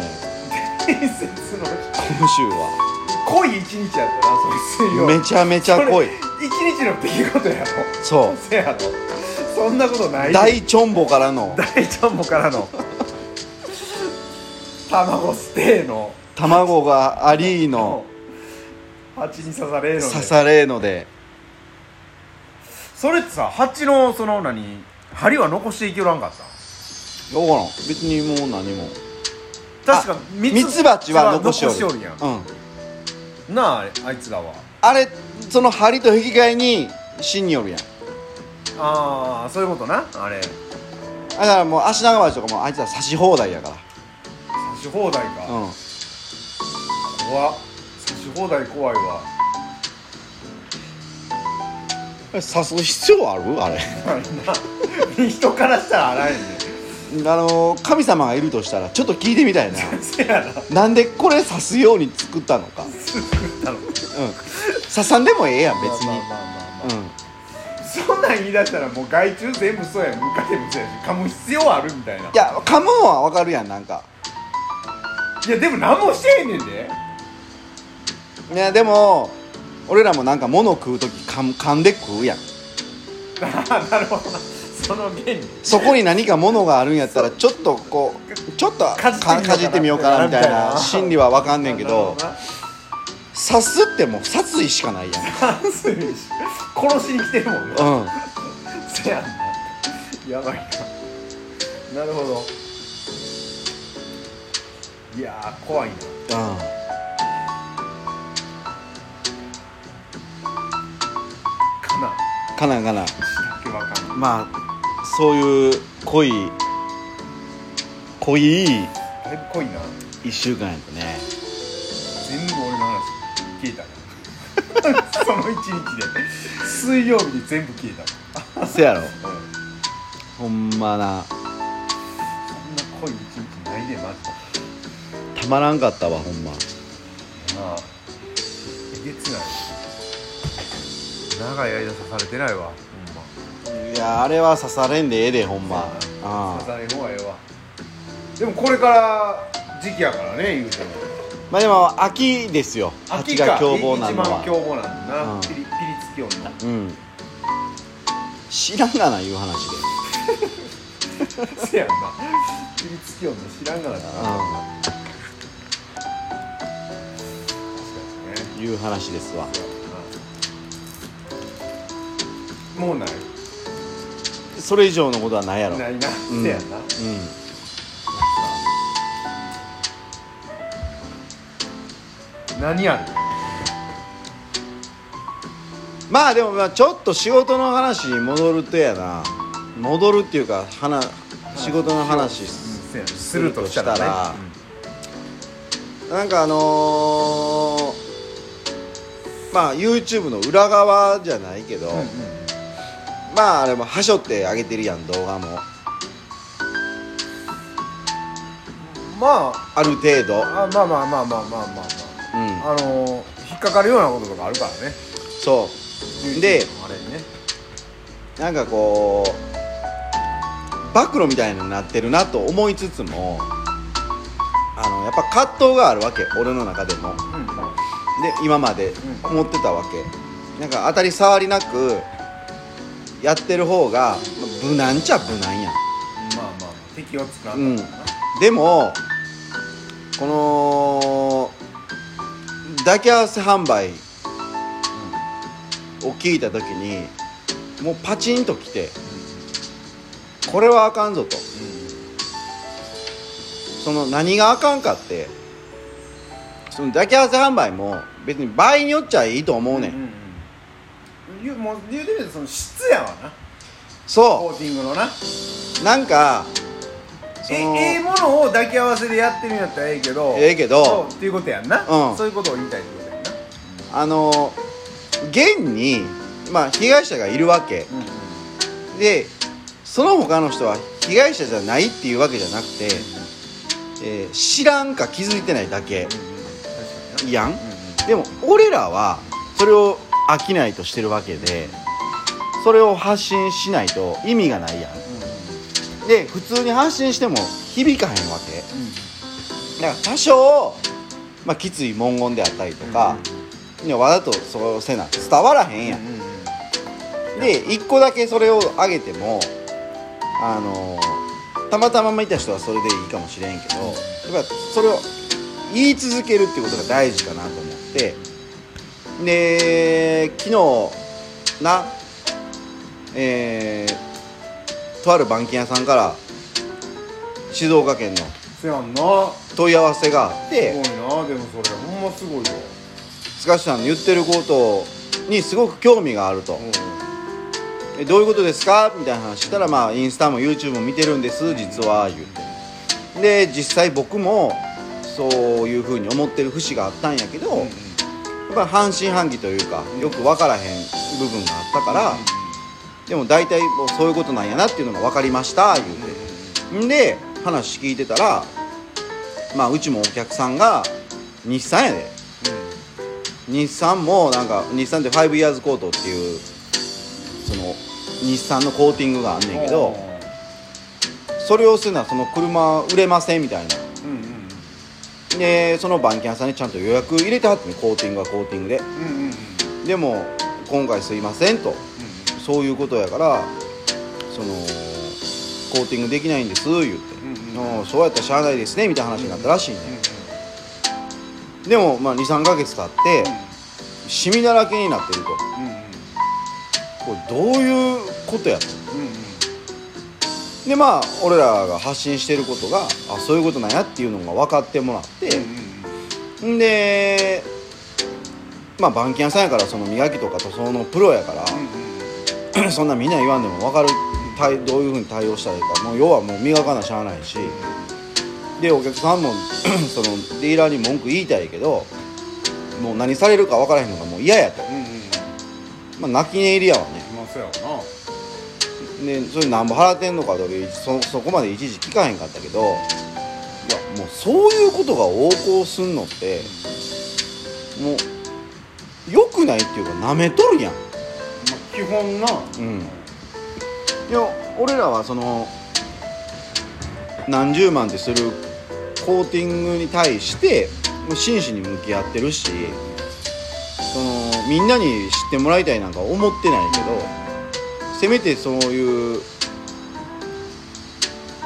B: 伝説の
A: 今週は
B: 濃い一日やったなそれ水曜
A: めちゃめちゃ濃い
B: それ一日の出来事やろ
A: そ
B: せやろそんなことな
A: う
B: い
A: 大チョンボからの
B: 大ちゃんもからの卵ステーの
A: 卵がありーの
B: 蜂に刺されーので
A: 刺されーので
B: それってさ蜂のその何針は残していけらんかった
A: どうかな別にもう何も
B: 確か
A: あミツバチは残しおる
B: 残やん、
A: うん、
B: なああいつらは
A: あれその針と引き換えに芯によるやん
B: ああそういうことなあれ
A: だからもう足長鉢とかもあいつら刺し放題やか
B: 刺し放題
A: ら
B: か、
A: うん
B: 怖っ刺し放題怖いわ
A: 刺す必要あるあれ
B: あれな人からしたらあらへんね
A: あのー神様がいるとしたらちょっと聞いてみたいな
B: せやな
A: なんでこれ刺すように作ったのか、うん、
B: 作ったの別
A: 刺さんでもええやん別に、
B: まあまあまあまあ、そんなん言い出したらもう害虫全部そうやんムカデもそうやし噛む必要あるみたいな
A: うん、いや噛むのはわかるやんなんか
B: いやでも何もしてへんねんで
A: いやでも俺らもなんか物食う時噛む噛んで食うやん
B: ああなるほどなその原理
A: そこに何か物があるんやったらちょっとこうちょっとかかじってみようかなみたいな心理はわかんねんけど
B: なる
A: 刺すってもう殺意しかないやん
B: ほどな殺すにし殺しに来てるもんな
A: うん
B: せやんなやばいななるほどいやー怖いなかな
A: かなかな
B: だけわかんない
A: まあそういう濃い濃い
B: だいぶ濃いな
A: 1週間やったね
B: 全部俺の話聞いたな その一日で水曜日に全部聞いた
A: せやろ
B: なう
A: ほ
B: ん
A: んまな
B: そんな濃い一日ないでマジで
A: たまらんかったわほんま
B: なあえげつない長い間刺されてないわほんま
A: いやあれは刺されんでええでほんまあ
B: 刺されん方がええわでもこれから時期やからね言うても
A: まあでも秋ですよ
B: 秋
A: 秋
B: が
A: が
B: 凶
A: 凶暴
B: 暴な
A: な
B: の
A: の
B: は
A: は
B: 一番凶暴なんだな、
A: うん
B: ピリピリつきよんな
A: うん知らんがないう話で
B: せやんなピリつきよんな知らんがな確かにね
A: うんいう話ですわ
B: もうない
A: それ以上のことはないやろ
B: ないな、
A: うん
B: せやんな
A: う
B: 何やる
A: んまあでもまあちょっと仕事の話に戻るとやな戻るっていうか話仕事の話
B: せやなするとしたらね
A: するとなんかあのーまあ YouTube の裏側じゃないけど、
B: うんうん
A: まああれもはしょって上げてるやん動画も
B: うんまあ
A: ある程度
B: あまあまあまあまあまあまあ、
A: うん
B: まあ、あのー、引っかかるようなこととかあるからね
A: そで
B: あれね
A: うなんかこう暴露みたいになってるなと思いつつもあのやっぱ葛藤があるわけ俺の中でも
B: うん
A: で今まで思ってたわけ、なんか当たり障りなくやってる方がまあ無難っちゃ無難やん
B: まあまあ敵を作ら
A: うんん
B: とな
A: でもこの抱き合わせ販売を聞いた時にもうパチンときてこれはあかんぞとその何があかんかってその抱き合わせ販売も別に場合によっちゃいいと思うねん、
B: うんうん言うもう言うてみるとその質やわなコ
A: そ
B: ーティングのな
A: うなんか
B: え
A: その
B: ええものを抱き合わせでやってるんやったらええけど
A: ええけど
B: そうっていうことやんな、
A: うん
B: そういうことを言いたいってことやんな
A: あの現に、まあ、被害者がいるわけ
B: うんうん
A: でその他の人は被害者じゃないっていうわけじゃなくて、えー知らんか気づいてないだけ
B: 確
A: やん
B: かになうんうん
A: でも俺らはそれを商いとしてるわけでそれを発信しないと意味がないやんで普通に発信しても響かへんわけだから多少、まあ、きつい文言であったりとか、いやわざとそうせな伝わらへんやん
B: うんうんうんうん
A: で1個だけそれを上げてもあのーたまたま見た人はそれでいいかもしれんけどやっぱそれを言い続けるっていうことが大事かなと思ってで昨日なえーとある板金屋さんから静岡県の
B: せやんなすご
A: 問い合わせがあっ
B: い
A: て
B: なでもそれほんますごいよ
A: 塚下さんの言ってることにすごく興味があると。えどういうことですかみたいな話したら、まあ、インスタも YouTube も見てるんです実は言ってで実際僕もそういうふうに思ってる節があったんやけど、
B: うん
A: やっぱり半信半疑というかよく分からへん部分があったから、でも大体もうそういうことなんやなっていうのが分かりました言うて、んで話聞いてたらまあうちもお客さんが日産やで日産もなんか日産って5イヤーズコートっていうその日産のコーティングがあんねんけどそれをするならその車売れませんみたいな
B: うんうんうん
A: でその番犬さんにちゃんと予約入れてはってねコーティングはコーティングで
B: うんうんうんうん
A: でも今回すいませんとそういうことやからそのコーティングできないんです言って、
B: うんうん
A: うんそうやったらしゃあないですねみたいな話になったらしいね、でも、まあ、23か月経ってシミだらけになってると
B: うんうん
A: これどういうことやと
B: うんうん
A: でまあ俺らが発信してることがあそういうことなんやっていうのが分かってもらって、
B: うんうん
A: んでまあ板金屋さんやからその磨きとか塗装のプロやから、
B: うんうん
A: そんなみんな言わんでも分かる対どういうふうに対応したらいいかもう要はもう磨かなしゃあないしでお客さんも そのディーラーに文句言いたいけどもう何されるか分からへんのがもう嫌やと、
B: うんうん
A: まあ、泣き寝入りやわね
B: まあそうやろな
A: でそれなんぼ払ってんのかとかそそこまで一時聞かへんかったけどいやもうそういうことが横行すんのってもう良くないっていうかなめとるやん
B: まあ基本な
A: うんいや俺らはその何十万ってするコーティングに対してもう真摯に向き合ってるしそのみんなに知ってもらいたいなんか思ってないけどせめてそういう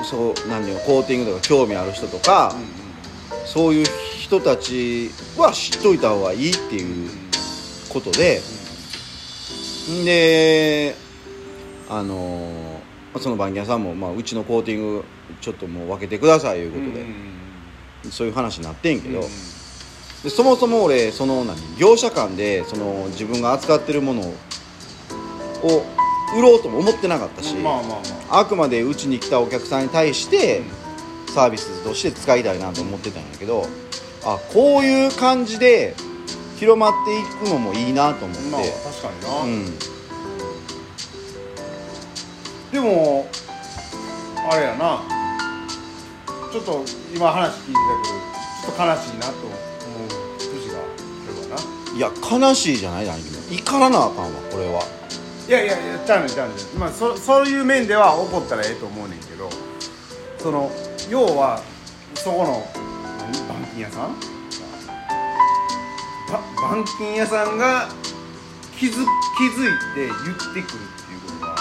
A: そう何ていうのコーティングとか興味ある人とか
B: う、ん
A: そういう人たちは知っといた方がいいっていうことで。んであのーその番屋さんも、まあ、うちのコーティングちょっともう分けてくださいいう
B: うんう
A: こ
B: ん
A: とで、
B: うん
A: そういう話になってんけ
B: うん
A: ど、でそもそも俺その何業者間でその自分が扱ってるものを売ろうとも思ってなかったし、
B: まあまあまあ
A: あくまでうちに来たお客さんに対してサービスとして使いたいなと思ってたんやけどあこういう感じで広まっていくのもいいなと思って。
B: まあ確かにな、
A: うん
B: でもあれやなちょっと今話聞いてたけどちょっと悲しいなと思う節があるわない
A: や悲しいじゃない何も怒らなあかんわこれはい
B: やいやいやちゃうねんちゃうねんまあそそういう面では怒ったらええと思うねんけどその要はそこの何板金屋さんば板金屋さんが気づ気づいて言ってくるっていうことは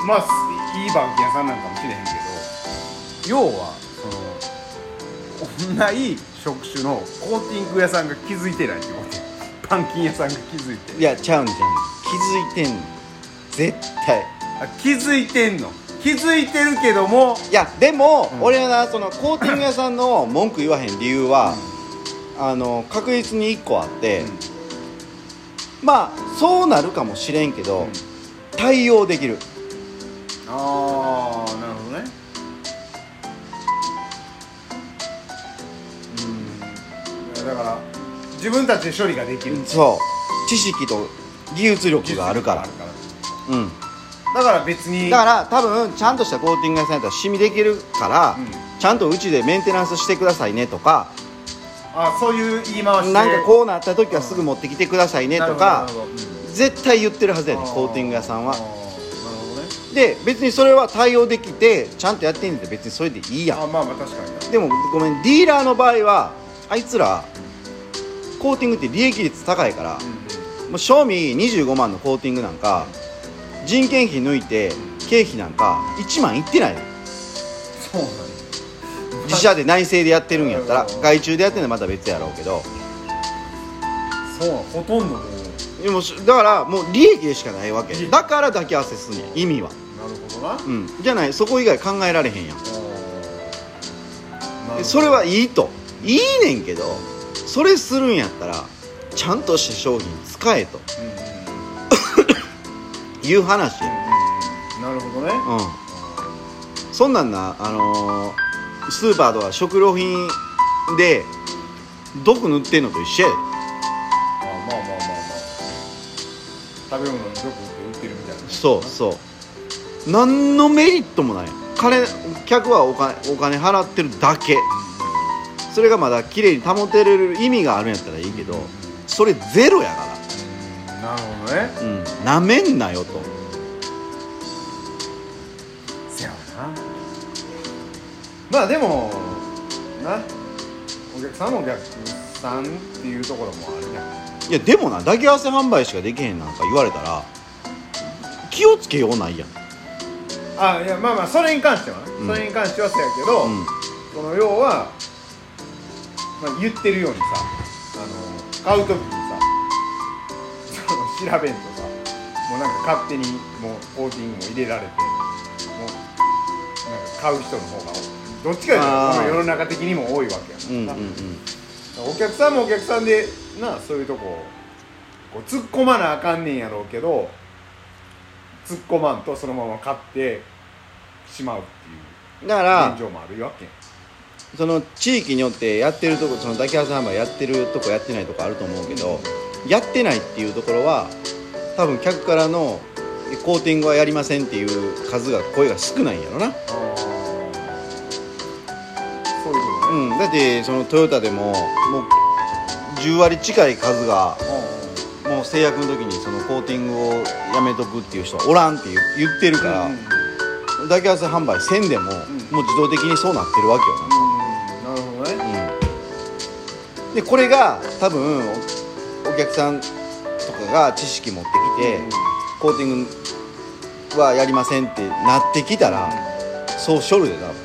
B: んまあすいい板金屋さんなんかもしれへんけど要はその同じ職種のコーティング屋さんが気づいてないってこと板金屋さんが気づいて
A: いやちゃうんじゃん気づいてんの絶対
B: あ気づいてんの気づいてるけども
A: いやでも、
B: うん
A: 俺はなそのコーティング屋さんの文句言わへん理由は、あの確実に1個あって、まあそうなるかもしれんけど、
B: うん
A: 対応できる
B: ああなるほどねうんいやだから自分たちで処理ができる
A: そう知識と技術力があるから
B: 技術がある
A: うん
B: からだから別に
A: だから多分ちゃんとしたコーティング屋さんやったらシミできるから、
B: うん
A: ちゃんとうちでメンテナンスしてくださいねとか
B: あそういう言い回しで
A: なんかこうなった時はすぐ持ってきてくださいねと
B: な
A: か
B: るほどなるほど
A: 絶対言ってるはずやねん
B: あー
A: コーティング屋さんは
B: あーなるほどね
A: で別にそれは対応できてちゃんとやってんねんで別にそれでいいや
B: あまあまあ確かになん
A: でもごめんディーラーの場合はあいつらコーティングって利益率高いからもう賞味25万のコーティングなんか人件費抜いて経費なんか1万いってないの
B: そうなんや
A: 自社で内製でやってるんやったら
B: うん
A: 外注でやってんのはまた別やろうけど
B: そうなんほとんどこう
A: でもだからもう利益でしかないわけだから抱き合わせすんねん意味は
B: なるほどな
A: うん、じゃないそこ以外考えられへんやん
B: なるほど
A: それはいいといいねんけどそれするんやったらちゃんとした商品使えと
B: うんうん
A: いう話や
B: うんうんなるほどね
A: うんそんなんなあのースーパーとか食料品で毒塗ってんのと一緒やで
B: あまあまあまあまあ食べ物にどこって売ってるみたいな
A: そうそう何のメリットもない金客はお金お金払ってるだけそれがまだ綺麗に保てれる意味があるんやったらいいけどそれゼロやか
B: なるほどね
A: らうんなめんなよと
B: せやわなまあでもなお客さんもお客さんっていうところもあるやん
A: いやでもな抱き合わせ販売しかできへんなんか言われたら気をつけようないやん、
B: あいやまあまあそれに関してはね、
A: うん
B: それに関してはそうやけど、
A: うん
B: その要は、まあ、言ってるようにさあの買う時にさその調べんとさもうなんか勝手にもうコーティングも入れられてもうなんか買う人の方が多いどっちか
A: あー
B: というと世の中的にも多いわけや
A: う
B: も
A: んうん
B: な
A: うん
B: お客さんもお客さんでなそういうとここう突っ込まなあかんねんやろうけど突っ込まんとそのまま買ってしまうって
A: だか
B: いう
A: ら
B: 現状もあるわけやん
A: その地域によってやってるとこその抱き合わせ販売やってるとこやってないとこあると思うけどやってないっていうところは多分客からのえコーティングはやりませんっていう数が声が少ないんやろな、
B: あーそういうことね
A: うん、だってそのトヨタでももう10割近い数がもう制約の時にそのコーティングをやめとくっていう人はおらんって言う言ってる
B: う
A: から、
B: んうん
A: 抱き合わせ販売せんでも、もう自動的にそうなってるわけ
B: なるほどね
A: よな、うん、でこれが多分おお客さんとかが知識持ってきて、コーティングはやりませんってなってきたら、そうしょるで多分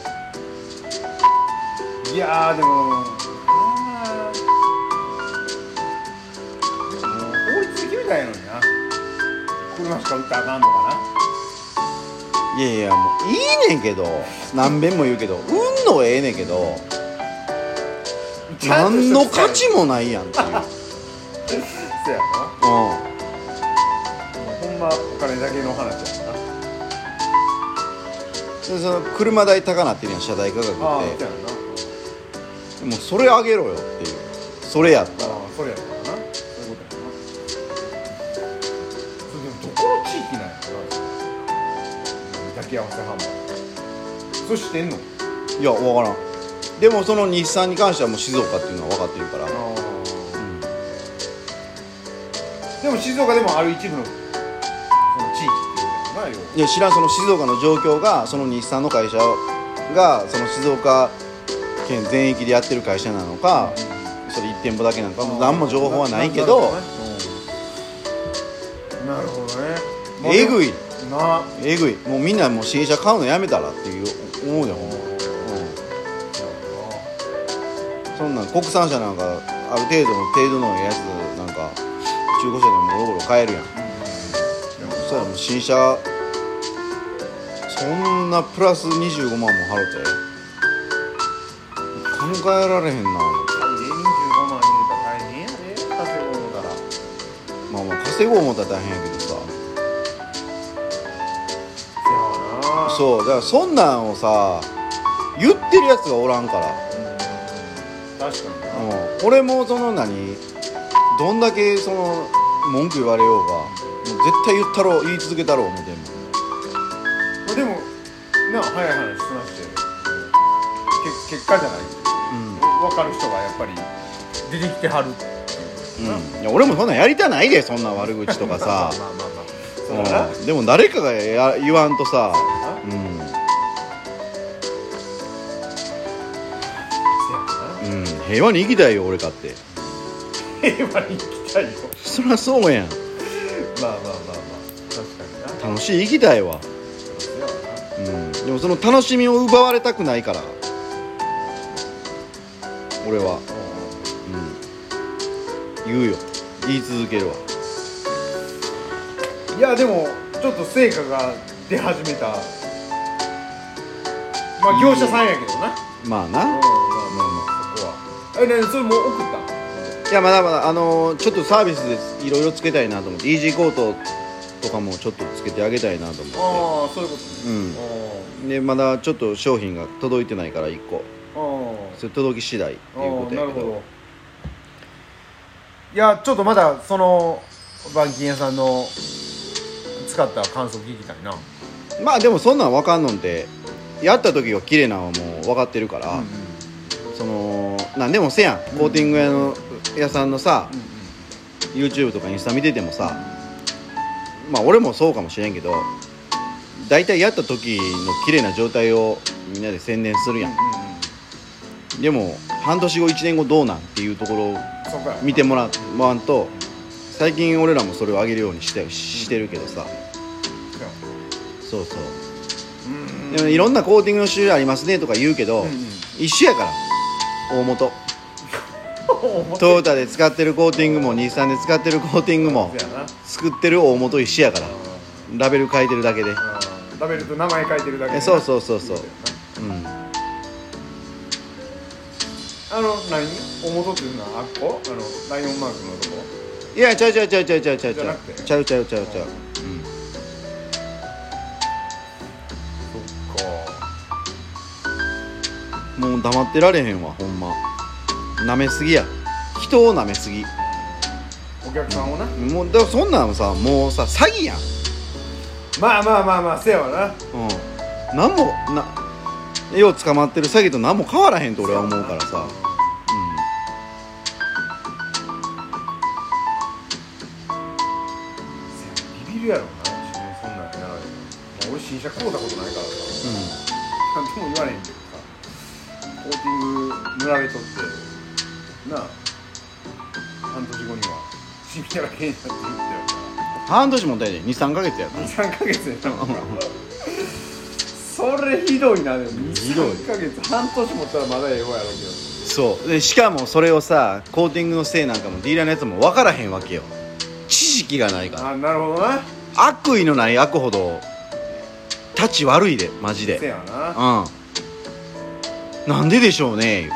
B: うんいやーでもあーもう法律で決めたんやのにな車しか売ったらあかんのか
A: いやいやもういいねんけど何遍も言うけど運のええねんけど
B: なちゃんと
A: 何の価
B: し
A: 値もないやんって いう、うん、
B: たやつやなほんまお金だけの話やな
A: でその車代高なってるやん車代価格
B: ああ
A: っ
B: そ
A: て
B: うやな
A: もうそれ上げろよっていうそれやった
B: ああそれやったかなそういうことやなそれでもどこの地域なんやろな抱き合わせ販売そうしてんの
A: いや分からんでもその日産に関してはもう静岡っていうのは分かってるから
B: でも静岡でもある一部のその地域っていうのかな要はい
A: や知らんその静岡の状況がその日産の会社がその静岡県全域でやってる会社なのかそれ1店舗だけなのかもう何も情報はないけど
B: なるほどね
A: えぐ
B: い
A: い
B: な
A: えぐいもうみんなもう新車買うのやめたらっていう思うでほんまうんそんなん国産車なんかある程度の程度のやつなんか中古車でもボロボロ買えるやんそしたらもう新車そんなプラス25万も払って考えられへんな
B: 25万入れたら大変やで稼ごうから
A: まあまあ稼ごう思ったら大変やけどさ
B: う
A: そうだからそんなんをさ言ってるやつがおらんから
B: 確かにな
A: うん、俺もその何どんだけその文句言われようがもう絶対言ったろう言い続けたろう思てんもん
B: まあでもなあ早い話しましてけ結果じゃない分かる人がやっぱり出てきてはるっていう
A: うん、うんいや俺もそんなんやりたないでそんな悪口とか
B: ま あ
A: さ、
B: まあまあまあそうだな
A: うん、でも誰かがや言わんとさ、うんうん、平和に生きたいよ俺かって
B: せやな平和に行きたいよ
A: そりゃそうやん
B: まあまあまあまあ確かにな
A: 楽しい生きたいわ、
B: そうやな
A: うん、でもその楽しみを奪われたくないから俺は、うん、言うよ言い続けるわ
B: いやでもちょっと成果が出始めたまあ業者さんやけどな
A: まあ
B: うんまあまあま
A: な
B: あそこはえねそれもう送った
A: いやまだまだあのーちょっとサービスでいろいろつけたいなと思ってイージーコートとかもちょっとつけてあげたいなと思っ
B: ああそういうこと
A: うん
B: ね
A: てでまだちょっと商品が届いてないから1個
B: うんうん
A: それ届き次第っていうことやけど
B: あーなるほどいやちょっとまだその板金屋さんの使った感想聞きたいな
A: まあでもそんなん分かんのんてやった時は綺麗なんはもう分かってるから、
B: うんうん
A: そのなんでもせやんコーティング屋の屋さんのさ、YouTube とかインスタ見ててもさまあ俺もそうかもしれんけど大体やった時の綺麗な状態をみんなで宣伝するやん
B: うんうん
A: でも半年後1年後どうなんっていうところを
B: そっから
A: 見てもらわんと最近俺らもそれを上げるようにしてしてるけどさそうそう
B: うん
A: でもいろんなコーティングの種類ありますねとか言うけど、
B: うんうん
A: 一緒やから大元
B: 思って
A: トヨタで使ってるコーティングも日産で使ってるコーティングも
B: たやな
A: 作ってる大元一緒やからラベル変えてるだけで
B: うんラベルと名前書いてるだけ
A: えそうそうそうそう
B: いいことや
A: うん
B: なあの何お元っていうのはあっこあのライオンマークのとこ
A: いやちゃうちゃうちゃうちゃうちゃうちゃうち
B: じゃ
A: ゃ
B: な
A: う
B: くて
A: ちゃうちゃうちゃうちゃう
B: そっか
A: うんもう黙ってられへんわほんま舐めすぎや人を舐めすぎ
B: お客さんをな
A: もうだからそんなんさもうさ詐欺やん
B: まあまあまあまあせやわな
A: うん何もなよう捕まってる詐欺と何も変わらへんと俺は思うからさ
B: ビビるやろな自分そんなんやられてまあ俺新車買うたことないからさ何とも言われへんけどさコーティング塗られとってなあ半年後にはシミだらけになってるってや
A: 半年もたいで23ヶ月やから
B: から23ヶ月でなんかそれひどいなでも
A: ひどい
B: 23ヶ月半年もったらまだええ方やろうけ
A: そうでしかもそれをさコーティングのせいなんかもディーラーのやつも分からへんわけよ知識がない
B: ど
A: から
B: あなるほどな
A: 悪意のない悪ほど立ち悪いでマジ
B: せ
A: で
B: やな
A: うんなんででしょうね言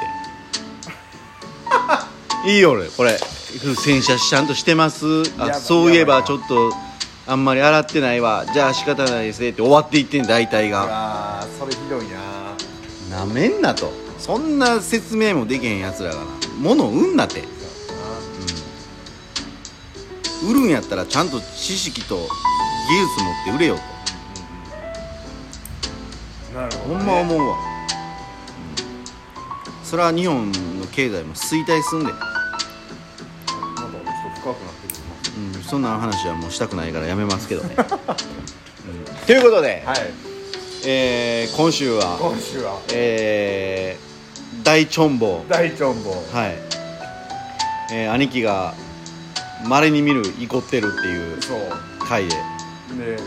A: うていいよ俺これ洗車ちゃんとしてます
B: やばい
A: あそういえ
B: やば
A: ば
B: いな
A: ちょっとあんまり洗ってないわじゃあ仕方ないですねって終わっていってん大体
B: い
A: が
B: やーそれひどいな
A: なめんなとそんな説明もできへんやつらがな物を売んなって売るんやったらちゃんと知識と技術持って売れよと
B: なるほ
A: ほ
B: ど、ね、
A: んま思うわ、うんそれは日本の経済も衰退すんで、
B: なんかちょっと深くなってくるな
A: うん、そんな話はもうしたくないからやめますけどね、うん ということで、
B: はい、
A: えー今週は
B: 今週は
A: えー大チョンボ
B: 大チョンボ
A: はい、えー兄貴がまれに見るイコってるっていう
B: そう
A: 回で
B: で何こ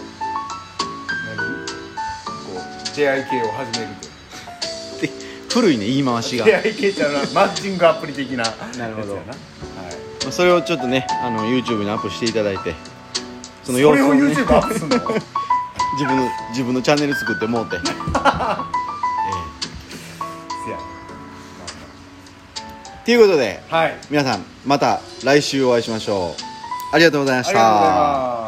B: う JIK を始めると
A: で古いね言い回しが
B: JIK ちゃうなマッチングアプリ的な
A: なるほど
B: やつやなはい
A: それをちょっとねあの YouTube にアップしていただいてそ
B: そ
A: の
B: れを
A: 様子を、ね、
B: YouTube アップすんの
A: 自分の自分のチャンネル作っても うて、え
B: せや
A: ー、っていうことで
B: はい
A: 皆さんまた来週お会いしましょうありがとうございま
B: あ
A: し
B: りがとうござい
A: た
B: ます